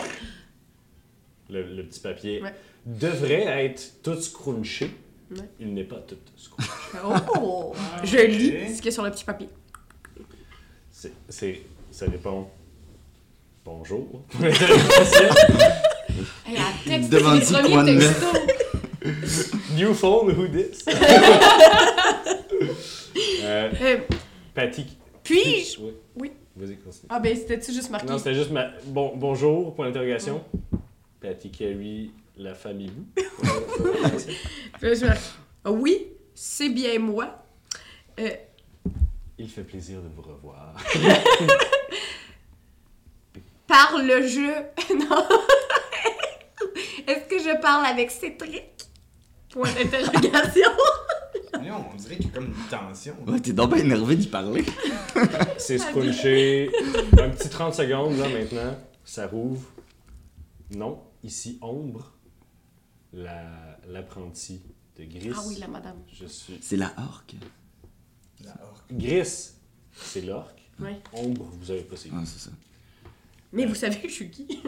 [SPEAKER 1] Le, le petit papier
[SPEAKER 3] Ouais.
[SPEAKER 1] devrait être tout scrunché.
[SPEAKER 3] Ouais.
[SPEAKER 1] Il n'est pas tout scrunché. (laughs)
[SPEAKER 3] Oh!
[SPEAKER 1] Ah,
[SPEAKER 3] je lis ce qu'il y a sur le petit papier.
[SPEAKER 1] C'est, c'est, ça dépend. Bonjour. (laughs)
[SPEAKER 5] Hey, elle texte, c'est
[SPEAKER 2] Demande-y
[SPEAKER 5] le
[SPEAKER 2] quoi de
[SPEAKER 5] premier texto.
[SPEAKER 1] New phone, who this? (laughs) euh,
[SPEAKER 3] Euh,
[SPEAKER 1] Patty.
[SPEAKER 3] puis-je.
[SPEAKER 1] Oui.
[SPEAKER 3] Oui.
[SPEAKER 1] Vas-y, continue.
[SPEAKER 3] Ah, Ah. ben, c'était-tu juste marqué?
[SPEAKER 1] Non, c'était juste ma... bon, bonjour, point d'interrogation. Patty Carey, la famille
[SPEAKER 3] (laughs)
[SPEAKER 1] Bou.
[SPEAKER 3] Euh, je marque, Ah Oui, c'est bien moi.
[SPEAKER 1] Il fait plaisir de vous
[SPEAKER 3] (laughs)
[SPEAKER 1] revoir.
[SPEAKER 3] Par le jeu. (laughs) non. Est-ce que je parle avec Cédric? Point d'interrogation.
[SPEAKER 4] Voyons, on dirait qu'il y a comme une tension.
[SPEAKER 2] Ouais, t'es donc bien énervé d'y parler.
[SPEAKER 1] C'est
[SPEAKER 3] Ah,
[SPEAKER 1] scrunché. Un petit 30 secondes, là, maintenant. Ça rouvre. Non, ici, Ombre, la- l'apprentie de Gris.
[SPEAKER 3] (laughs) ah oui, la madame.
[SPEAKER 1] Je suis...
[SPEAKER 2] C'est la orque.
[SPEAKER 4] La orque.
[SPEAKER 1] Gris, c'est l'orque.
[SPEAKER 3] Ouais.
[SPEAKER 1] Ombre, vous avez pas saisi.
[SPEAKER 2] Ouais, c'est ça.
[SPEAKER 3] Mais vous savez, je suis qui?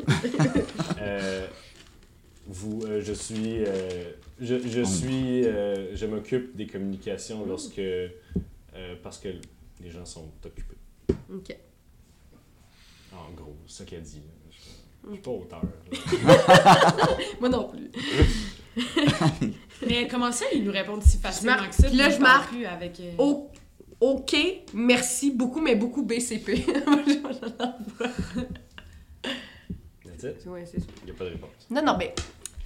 [SPEAKER 1] Euh, vous, euh, je suis, euh, je, je suis, euh, je m'occupe des communications lorsque, euh, parce que les gens sont occupés.
[SPEAKER 3] ok.
[SPEAKER 1] En gros, c'est ça qu'elle dit. là. Je, je suis pas auteur. là.
[SPEAKER 3] (laughs) Moi non plus.
[SPEAKER 5] Mais comment ça, ils nous répondent si facilement
[SPEAKER 3] Je marque-
[SPEAKER 5] que ça?
[SPEAKER 3] puis là,
[SPEAKER 5] puis
[SPEAKER 3] je
[SPEAKER 5] ils parlent
[SPEAKER 3] marque-
[SPEAKER 5] plus avec. euh,
[SPEAKER 3] O- ok, merci beaucoup, mais beaucoup BCP.
[SPEAKER 1] That's it.
[SPEAKER 3] (laughs) ouais, c'est ça.
[SPEAKER 1] Il n'y a pas de réponse.
[SPEAKER 3] Non, non, mais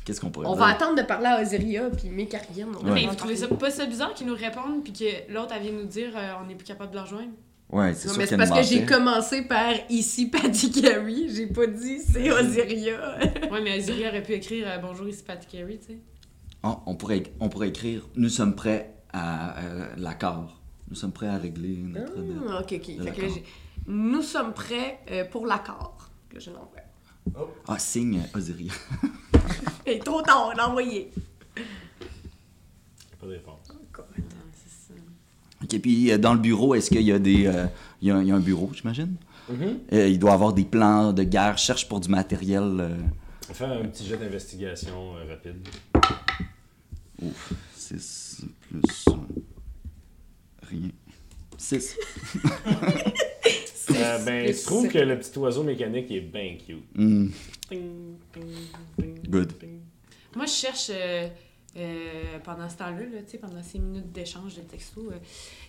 [SPEAKER 2] Qu'est-ce qu'on pourrait
[SPEAKER 3] on
[SPEAKER 2] dire?
[SPEAKER 3] va attendre de parler à Osiria puis Mécarien.
[SPEAKER 5] Non, mais vous trouvez ça pas ça bizarre qu'ils nous répondent puis que l'autre, elle vient nous dire euh, on n'est plus capable de
[SPEAKER 3] (laughs)
[SPEAKER 5] la rejoindre?
[SPEAKER 2] Ouais, c'est
[SPEAKER 3] Non,
[SPEAKER 2] sûr
[SPEAKER 3] mais c'est
[SPEAKER 2] qu'elle
[SPEAKER 3] parce que
[SPEAKER 2] mentait.
[SPEAKER 3] j'ai commencé par ici Patty Carey. J'ai pas dit c'est Osiria.
[SPEAKER 5] Ouais, mais Azuri aurait pu écrire euh, Bonjour, ici Pat Carey, tu sais.
[SPEAKER 2] Ah, on, pourrait, on pourrait écrire « Nous sommes prêts à euh, l'accord. Nous sommes prêts à régler notre... dette.
[SPEAKER 3] Ah, ok, ok. Fait que
[SPEAKER 2] L'accord.
[SPEAKER 3] j'ai- nous sommes prêts euh, pour l'accord que je l'envoie.
[SPEAKER 2] Ah, signe Osiria.
[SPEAKER 3] Et trop tard, l'envoyer.
[SPEAKER 1] Il n'y a pas de réponse.
[SPEAKER 2] OK, puis euh, dans le bureau, est-ce qu'il y a des... euh, il, y a, un- il y a un bureau, j'imagine? Euh, il doit avoir des plans de guerre, cherche pour du matériel... euh,
[SPEAKER 1] On fait un petit jet d'investigation euh, rapide.
[SPEAKER 2] 6 plus... euh, Rien. 6.
[SPEAKER 1] Euh, ben, il se trouve que le petit oiseau mécanique est bien cute.
[SPEAKER 2] Good.
[SPEAKER 5] Moi, je cherche euh, euh, pendant ce temps-là, là, tu sais, pendant ces minutes d'échange de textos, euh,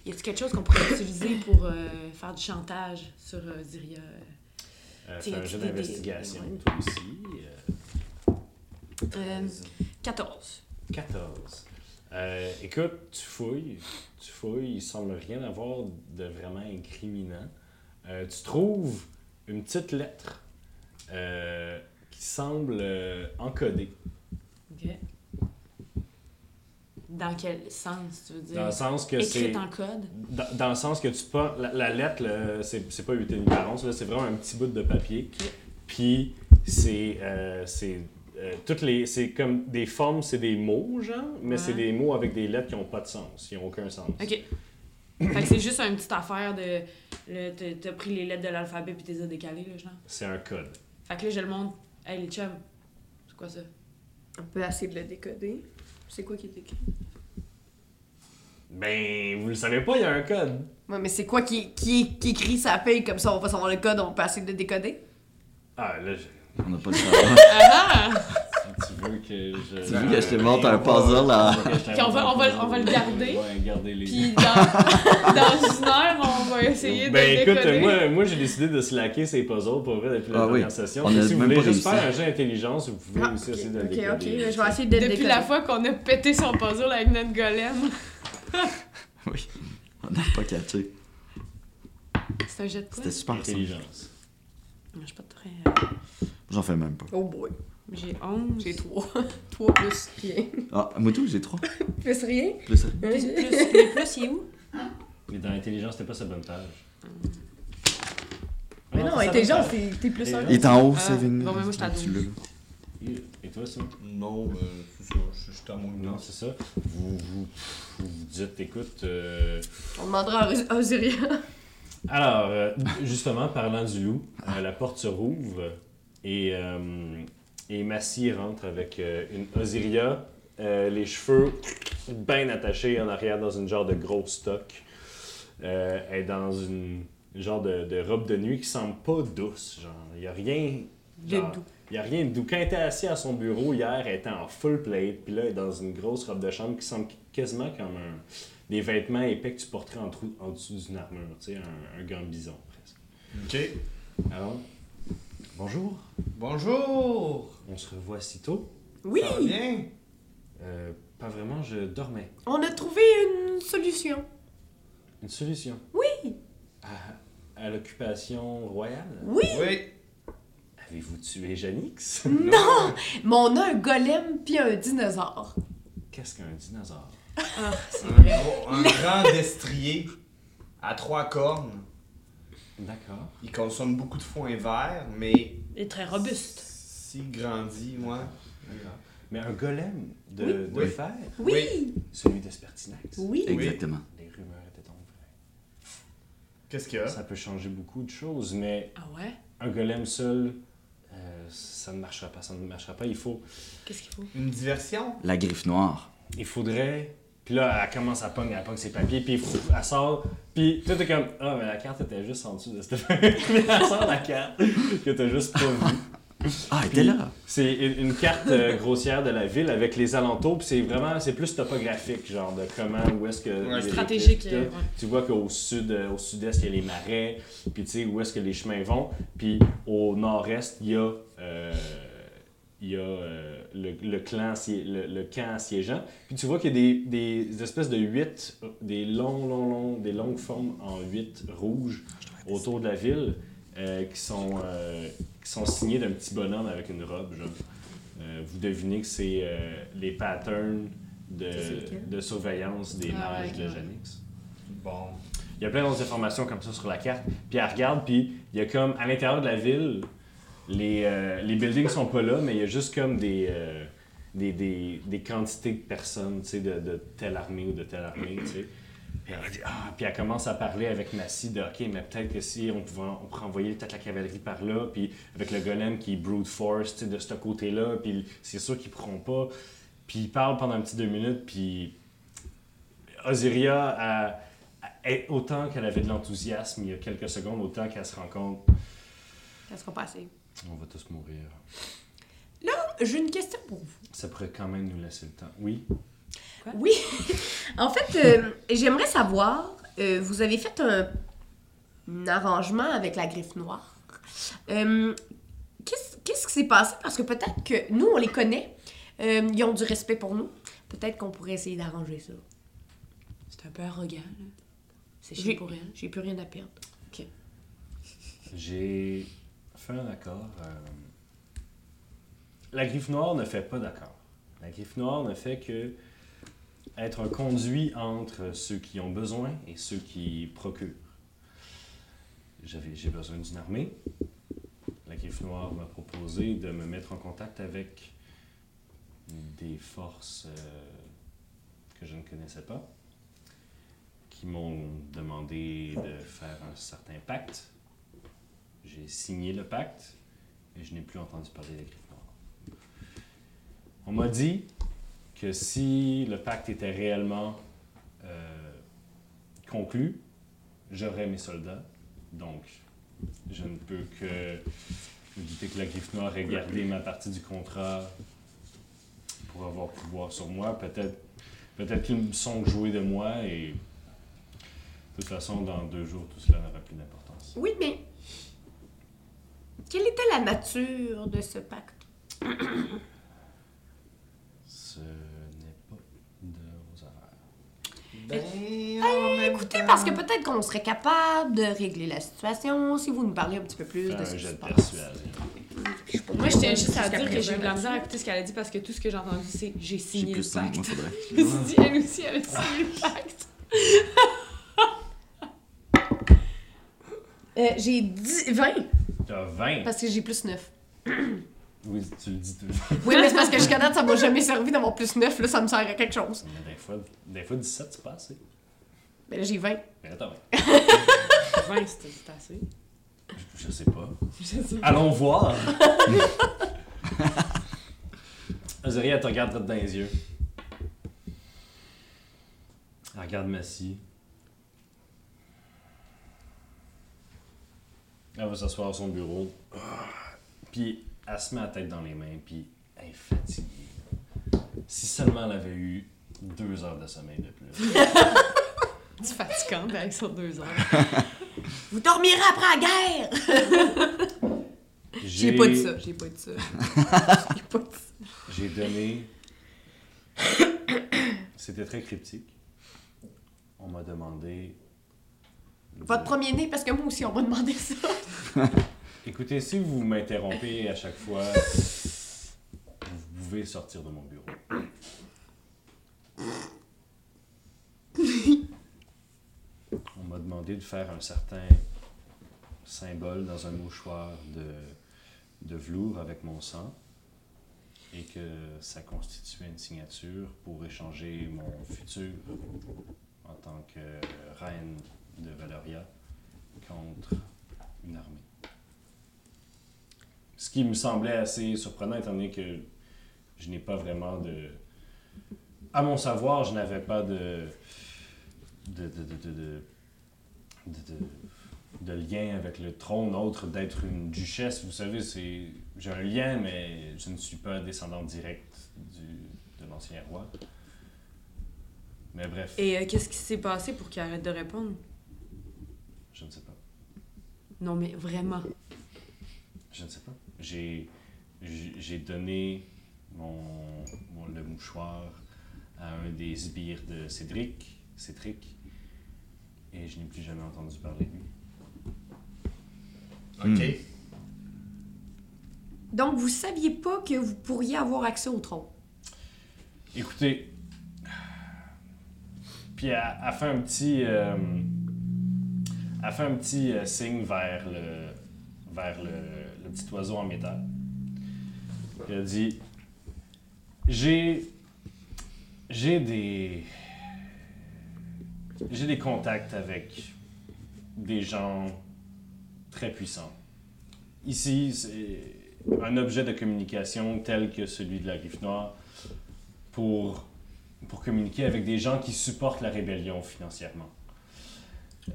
[SPEAKER 5] y a-t-il quelque chose qu'on pourrait utiliser pour euh, faire du chantage sur euh, Ziria?
[SPEAKER 1] Euh,
[SPEAKER 5] T'es-
[SPEAKER 1] fais un jet
[SPEAKER 5] t'es- t'es-
[SPEAKER 1] d'investigation,
[SPEAKER 5] ouais.
[SPEAKER 1] toi aussi. euh,
[SPEAKER 5] Euh, 14.
[SPEAKER 1] 14. Euh, écoute, tu fouilles, tu fouilles, il semble rien avoir de vraiment incriminant. Euh, tu trouves une petite lettre euh, qui semble euh, encodée,
[SPEAKER 5] OK. Dans quel sens, tu veux dire?
[SPEAKER 1] dans le sens que c'est...
[SPEAKER 5] Écrite en code?
[SPEAKER 1] Dans, dans le sens que tu pas la, la lettre, là, c'est c'est pas 8 et une carence, là, c'est vraiment un petit bout de papier. Puis c'est euh, c'est, euh, toutes les c'est comme des formes, c'est des mots genre, mais
[SPEAKER 5] Ouais.
[SPEAKER 1] c'est des mots avec des lettres qui n'ont pas de sens, qui n'ont aucun sens.
[SPEAKER 5] OK. fait que c'est juste une petite affaire de... le- t'as- T'as pris les lettres de l'alphabet puis t'es décalé, là, genre.
[SPEAKER 1] C'est un code.
[SPEAKER 5] Fait que là, je le montre. Hey, les chums, c'est quoi ça?
[SPEAKER 3] On peut essayer de le décoder. C'est quoi qui est écrit?
[SPEAKER 1] Ben, vous le savez pas, il y a un code.
[SPEAKER 3] Ouais, mais c'est quoi qui, qui, qui écrit sa feuille comme ça? On va savoir le code, on peut essayer de le décoder.
[SPEAKER 1] Ah, là, je-
[SPEAKER 2] On n'a pas le savoir.
[SPEAKER 1] tu veux que je. Euh,
[SPEAKER 2] Tu veux que je te montre un puzzle à...
[SPEAKER 5] Puis on va- on va- on va le garder.
[SPEAKER 1] Ouais, garder les.
[SPEAKER 5] Puis dans, (laughs) dans une heure, on va essayer de
[SPEAKER 1] ben écoute,
[SPEAKER 5] décoder.
[SPEAKER 1] moi, moi j'ai décidé de slacker ces puzzles pour vrai depuis la
[SPEAKER 2] Ah oui.
[SPEAKER 1] dernière session.
[SPEAKER 2] On
[SPEAKER 1] Fait que
[SPEAKER 2] a
[SPEAKER 1] si vous
[SPEAKER 2] même
[SPEAKER 1] voulez
[SPEAKER 2] pas
[SPEAKER 1] juste
[SPEAKER 2] réussi.
[SPEAKER 1] faire un jeu intelligence, vous pouvez
[SPEAKER 3] Ah,
[SPEAKER 1] aussi
[SPEAKER 3] ok,
[SPEAKER 1] essayer de le
[SPEAKER 3] ok, ok,
[SPEAKER 1] décoder.
[SPEAKER 3] je vais essayer de le
[SPEAKER 5] Depuis
[SPEAKER 3] décoder.
[SPEAKER 5] la fois qu'on a pété son puzzle avec notre golem.
[SPEAKER 2] Oui. On n'a pas catché.
[SPEAKER 5] C'est un jet de quoi?
[SPEAKER 2] C'était super simple.
[SPEAKER 1] Intelligence.
[SPEAKER 5] Je suis pas très... euh,
[SPEAKER 2] J'en fais même pas.
[SPEAKER 3] Oh boy.
[SPEAKER 5] J'ai 11.
[SPEAKER 3] J'ai 3. 3 plus rien.
[SPEAKER 2] Ah, moi tout, j'ai 3.
[SPEAKER 3] Plus rien.
[SPEAKER 2] Plus...
[SPEAKER 5] Plus, plus, le plus, il est où?
[SPEAKER 1] Mais dans l'intelligence, t'es pas sabotage.
[SPEAKER 3] Mais non, intelligence, t'es t'es plus un.
[SPEAKER 2] Il est en haut,
[SPEAKER 5] Ah,
[SPEAKER 2] saving.
[SPEAKER 5] bon, mais moi, je suis à
[SPEAKER 2] Tu
[SPEAKER 5] 12.
[SPEAKER 2] l'as.
[SPEAKER 1] Et toi, Simon?
[SPEAKER 4] Non, euh, c'est ça, je suis à mon
[SPEAKER 1] Non, c'est ça. Vous vous, vous vous dites, écoute, euh,
[SPEAKER 3] On demandera à Osirian.
[SPEAKER 1] Alors, euh, justement, parlant du loup, euh, la porte se rouvre et, euh, et Massy rentre avec euh, une Osiria, euh, les cheveux bien attachés en arrière dans une genre de grosse toque. Euh, elle est dans une genre de, de robe de nuit qui semble pas douce. Genre, il n'y a rien.
[SPEAKER 5] De
[SPEAKER 1] genre,
[SPEAKER 5] doux.
[SPEAKER 1] Il n'y a rien de doux. Quand elle était assise à son bureau hier, elle était en full plate, puis là, elle est dans une grosse robe de chambre qui semble quasiment comme un des vêtements épais que tu porterais en, trou- en dessous d'une armure, tu sais, un, un gant bison presque.
[SPEAKER 4] Ok.
[SPEAKER 1] Alors, bonjour,
[SPEAKER 4] Bonjour!
[SPEAKER 1] on se revoit si tôt.
[SPEAKER 3] (laughs) Oui!
[SPEAKER 4] Ça va bien?
[SPEAKER 1] Euh, pas vraiment, je dormais.
[SPEAKER 3] On a trouvé une solution.
[SPEAKER 1] Une solution.
[SPEAKER 3] Oui!
[SPEAKER 1] À, à l'occupation royale,
[SPEAKER 3] Oui!
[SPEAKER 4] Oui.
[SPEAKER 1] avez-vous tué Janix
[SPEAKER 3] Non! Mais on a un golem puis un dinosaure.
[SPEAKER 1] Qu'est-ce qu'un dinosaure
[SPEAKER 4] Un, gros- un grand destrier à trois cornes.
[SPEAKER 1] D'accord.
[SPEAKER 4] Il consomme beaucoup de foin vert, mais
[SPEAKER 5] Il est très robuste.
[SPEAKER 4] s'il grandit, moi.
[SPEAKER 1] Mais un golem de,
[SPEAKER 3] Oui.
[SPEAKER 1] de
[SPEAKER 4] Oui.
[SPEAKER 1] fer,
[SPEAKER 3] Oui!
[SPEAKER 1] celui d'Espertinax.
[SPEAKER 3] Oui!
[SPEAKER 2] Exactement.
[SPEAKER 1] Les rumeurs étaient donc vraies.
[SPEAKER 4] Qu'est-ce qu'il y a?
[SPEAKER 1] Ça peut changer beaucoup de choses, mais
[SPEAKER 5] Ah ouais?
[SPEAKER 1] un golem seul, euh, ça ne marchera pas, ça ne marchera pas. Il faut,
[SPEAKER 5] Qu'est-ce qu'il faut?
[SPEAKER 4] Une diversion?
[SPEAKER 2] La griffe noire.
[SPEAKER 1] il faudrait. Puis là, elle commence à pogner, elle pogne ses papiers, puis fou, elle sort. Puis tout est comme, ah, mais la carte était juste en dessous de cette (laughs) Puis elle sort la carte que t'as juste pas vue.
[SPEAKER 2] Ah, elle
[SPEAKER 1] Puis
[SPEAKER 2] était là.
[SPEAKER 1] C'est une une carte
[SPEAKER 2] (laughs)
[SPEAKER 1] euh, grossière de la ville avec les alentours, puis c'est vraiment, c'est plus topographique, genre de comment, où est-ce que. les- les
[SPEAKER 5] stratégique,
[SPEAKER 1] cliffs, tout.
[SPEAKER 5] euh, ouais.
[SPEAKER 1] Tu vois qu'au sud, euh, au sud-est, il y a les marais, puis tu sais où est-ce que les chemins vont, puis au nord-est, il y a. euh, il y a euh, le, le clan, si- le, le camp siégeant. Puis tu vois qu'il y a des, des espèces de huit, des longs, longs, longs, des longues formes en huit rouges autour de la ville euh, qui sont euh, qui sont signés d'un petit bonhomme avec une robe, genre. Euh, vous devinez que c'est euh, les patterns
[SPEAKER 3] Ça, c'est
[SPEAKER 1] de,
[SPEAKER 3] lequel?
[SPEAKER 1] de surveillance des
[SPEAKER 5] Ah,
[SPEAKER 1] mages
[SPEAKER 5] ouais,
[SPEAKER 1] de
[SPEAKER 5] ouais.
[SPEAKER 1] Janix.
[SPEAKER 4] Bon.
[SPEAKER 1] Il y a plein d'autres informations comme ça sur la carte. Puis elle regarde, puis il y a comme à l'intérieur de la ville, les, euh, les buildings sont pas là, mais il y a juste comme des, euh, des, des, des quantités de personnes, tu sais, de, de telle armée ou de telle armée, tu sais. Puis elle, dit, ah, puis elle commence à parler avec Massy de OK, mais peut-être que si on pouvait, on pourrait envoyer peut-être la cavalerie par là, puis avec le golem qui brute force tu sais, de ce côté-là, puis c'est sûr qu'ils pourront pas. Puis il parle pendant un petit deux minutes, puis Osiria, elle- elle- autant qu'elle avait de l'enthousiasme il y a quelques secondes, autant qu'elle se rend compte,
[SPEAKER 5] Qu'est-ce qu'on passe?
[SPEAKER 1] on va tous mourir.
[SPEAKER 3] J'ai une question pour vous.
[SPEAKER 1] Ça pourrait quand même nous laisser le temps. Oui,
[SPEAKER 3] Oui. (laughs) en fait, euh, j'aimerais savoir, euh, vous avez fait un, un arrangement avec la griffe noire. Euh, Qu'est-ce qu'est-ce qui s'est passé? Parce que peut-être que nous, on les connaît. Euh, ils ont du respect pour nous. Peut-être qu'on pourrait essayer d'arranger ça.
[SPEAKER 5] C'est un peu arrogant, là. C'est
[SPEAKER 3] J'ai
[SPEAKER 5] chiant pour elle.
[SPEAKER 3] j'ai plus rien à perdre.
[SPEAKER 1] j'ai fait un accord. euh, La griffe noire ne fait pas d'accord. La griffe noire ne fait que être un conduit entre ceux qui ont besoin et ceux qui procurent. J'avais, j'ai besoin d'une armée. La griffe noire m'a proposé de me mettre en contact avec des forces euh, que je ne connaissais pas, qui m'ont demandé de faire un certain pacte. J'ai signé le pacte et je n'ai plus entendu parler de la griffe noire. On m'a dit que si le pacte était réellement euh, conclu, j'aurais mes soldats. Donc, je ne peux que me douter que la griffe noire ait gardé ma partie du contrat pour avoir pouvoir sur moi. Peut-être peut-être qu'ils me sont joués de moi et de toute façon, dans deux jours, tout cela n'aura plus d'importance.
[SPEAKER 3] Oui, mais quelle était la nature de ce pacte?
[SPEAKER 1] Ce n'est pas de vos affaires.
[SPEAKER 4] Ben,
[SPEAKER 3] Écoutez, parce que peut-être qu'on serait capable de régler la situation si vous nous parlez un petit peu plus de
[SPEAKER 1] Faire
[SPEAKER 3] ce
[SPEAKER 1] un
[SPEAKER 3] qui
[SPEAKER 1] jet
[SPEAKER 3] se
[SPEAKER 1] de
[SPEAKER 3] passe.
[SPEAKER 1] persuasion.
[SPEAKER 5] Moi, je tiens juste à
[SPEAKER 3] Jusqu'à
[SPEAKER 5] dire que j'ai eu
[SPEAKER 3] présent,
[SPEAKER 5] de la misère à écouter ce qu'elle a dit parce que tout ce que j'ai entendu, c'est
[SPEAKER 2] J'ai
[SPEAKER 5] j'ai signé le
[SPEAKER 2] plus cinq,
[SPEAKER 5] pacte. (laughs)
[SPEAKER 2] moi, faudrait.
[SPEAKER 5] Je me suis dit, elle aussi, elle a
[SPEAKER 3] Ah,
[SPEAKER 5] signé le pacte. Euh, j'ai 10, 20
[SPEAKER 7] T'as 20.
[SPEAKER 3] Parce que j'ai plus 9.
[SPEAKER 7] Oui, tu le dis tout.
[SPEAKER 3] Oui, mais c'est parce que jusqu'à date, ça m'a jamais servi d'avoir plus 9. Là, ça me sert à quelque chose.
[SPEAKER 7] Mais des fois, des fois 17, c'est pas assez.
[SPEAKER 3] Mais là, j'ai 20.
[SPEAKER 7] Mais attends, ouais.
[SPEAKER 5] 20, c'était c'était (laughs) assez.
[SPEAKER 7] je, je sais pas. Allons voir. (laughs) Azuria, elle te regarde droit dans les yeux. Elle regarde Massy. Elle va s'asseoir à son bureau. Puis elle se met la tête dans les mains, puis elle est fatiguée. Si seulement elle avait eu deux heures de sommeil de plus.
[SPEAKER 5] Du fatigant ben, avec son 2 ans.
[SPEAKER 3] Vous dormirez après la guerre! J'ai pas dit ça. J'ai pas dit ça. j'ai pas dit ça.
[SPEAKER 1] J'ai donné. C'était très cryptique. On m'a demandé. de-
[SPEAKER 3] (laughs) Votre premier nez, parce que moi aussi, on m'a demandé (laughs) ça.
[SPEAKER 1] Écoutez, si vous m'interrompez à chaque fois, vous pouvez sortir de mon bureau. On m'a demandé de faire un certain symbole dans un mouchoir de, de velours avec mon sang et que ça constituait une signature pour échanger mon futur en tant que reine de Valoria contre une armée. Ce qui me semblait assez surprenant, étant donné que je n'ai pas vraiment de. À mon savoir, je n'avais pas de. de. de. de. de. de- de- de- de lien avec le trône autre d'être une duchesse. Vous savez, c'est. J'ai un lien, mais je ne suis pas descendant direct du, de l'ancien roi. Mais bref,
[SPEAKER 5] Et euh, qu'est-ce qui s'est passé pour qu'elle arrête de répondre?
[SPEAKER 1] je ne sais pas.
[SPEAKER 5] Non, mais vraiment.
[SPEAKER 1] Je ne sais pas. J'ai, j'ai j'ai donné mon, mon- le mouchoir à un des sbires de Cédric, Cédric, et je n'ai plus jamais entendu parler de lui.
[SPEAKER 4] Ok.
[SPEAKER 3] Donc, vous saviez pas que vous pourriez avoir accès au trône.
[SPEAKER 1] Écoutez, puis elle, elle fait un petit, euh, elle fait un petit euh, signe vers le, vers le, le petit oiseau en métal. Puis elle dit, j'ai, j'ai des, j'ai des contacts avec des gens très puissants. Ici, c'est un objet de communication tel que celui de la griffe noire pour, pour communiquer avec des gens qui supportent la rébellion financièrement.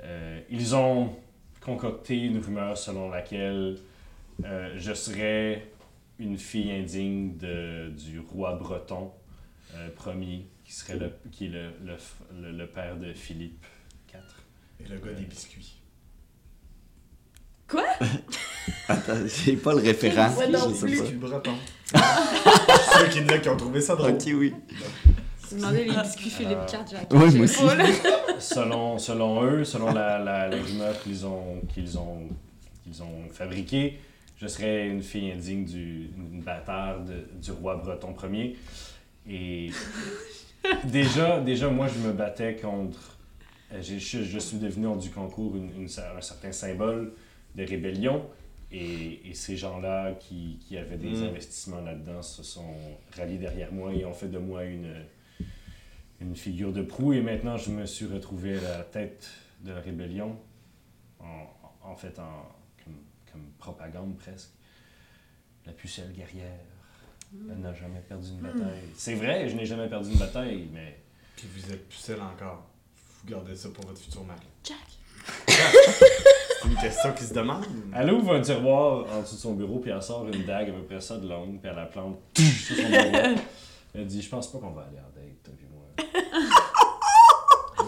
[SPEAKER 1] Euh, ils ont concocté une rumeur selon laquelle euh, je serais une fille indigne de- du roi breton euh, premier, qui, serait le, qui est le, le f- le- le père de Philippe IV.
[SPEAKER 4] Et le gars des biscuits.
[SPEAKER 2] Attends, j'ai pas le référent.
[SPEAKER 3] Ouais, non
[SPEAKER 2] je sais
[SPEAKER 3] plus.
[SPEAKER 2] pas.
[SPEAKER 3] (laughs)
[SPEAKER 4] Biscuits bretons. C'est ceux qui, là, qui ont trouvé ça drôle.
[SPEAKER 2] Ok, oui.
[SPEAKER 5] Tu me demandais les biscuits Philippe
[SPEAKER 1] Euh,
[SPEAKER 5] 4, Jacques.
[SPEAKER 2] Ah. Ouais, moi aussi.
[SPEAKER 1] selon, selon eux, selon la, la, la rumeur qu'ils ont, qu'ils ont, qu'ils ont fabriquée, je serais une fille indigne du une bâtarde du roi breton premier. Et déjà, déjà, moi, je me battais contre. euh, j'ai- Je, je suis devenu hors du concours une- une cer- un certain symbole de rébellion. Et, et ces gens-là qui, qui avaient des
[SPEAKER 4] Mm.
[SPEAKER 1] investissements là-dedans se sont ralliés derrière moi et ont fait de moi une, une figure de proue. Et maintenant, je me suis retrouvé à la tête de la rébellion, en, en fait, en, comme, comme propagande presque. La pucelle guerrière. Elle n'a jamais perdu une bataille. C'est vrai, je n'ai jamais perdu une bataille, mais
[SPEAKER 4] Puis vous êtes pucelle encore. Vous gardez ça pour votre futur mari.
[SPEAKER 5] Jack.
[SPEAKER 4] C'est une question qui se demande.
[SPEAKER 1] Elle ouvre un tiroir en dessous de son bureau, puis elle sort une dague à peu près ça de longue, puis elle la plante (laughs) sur son bureau. Elle dit Je pense pas qu'on va aller en date, toi puis moi.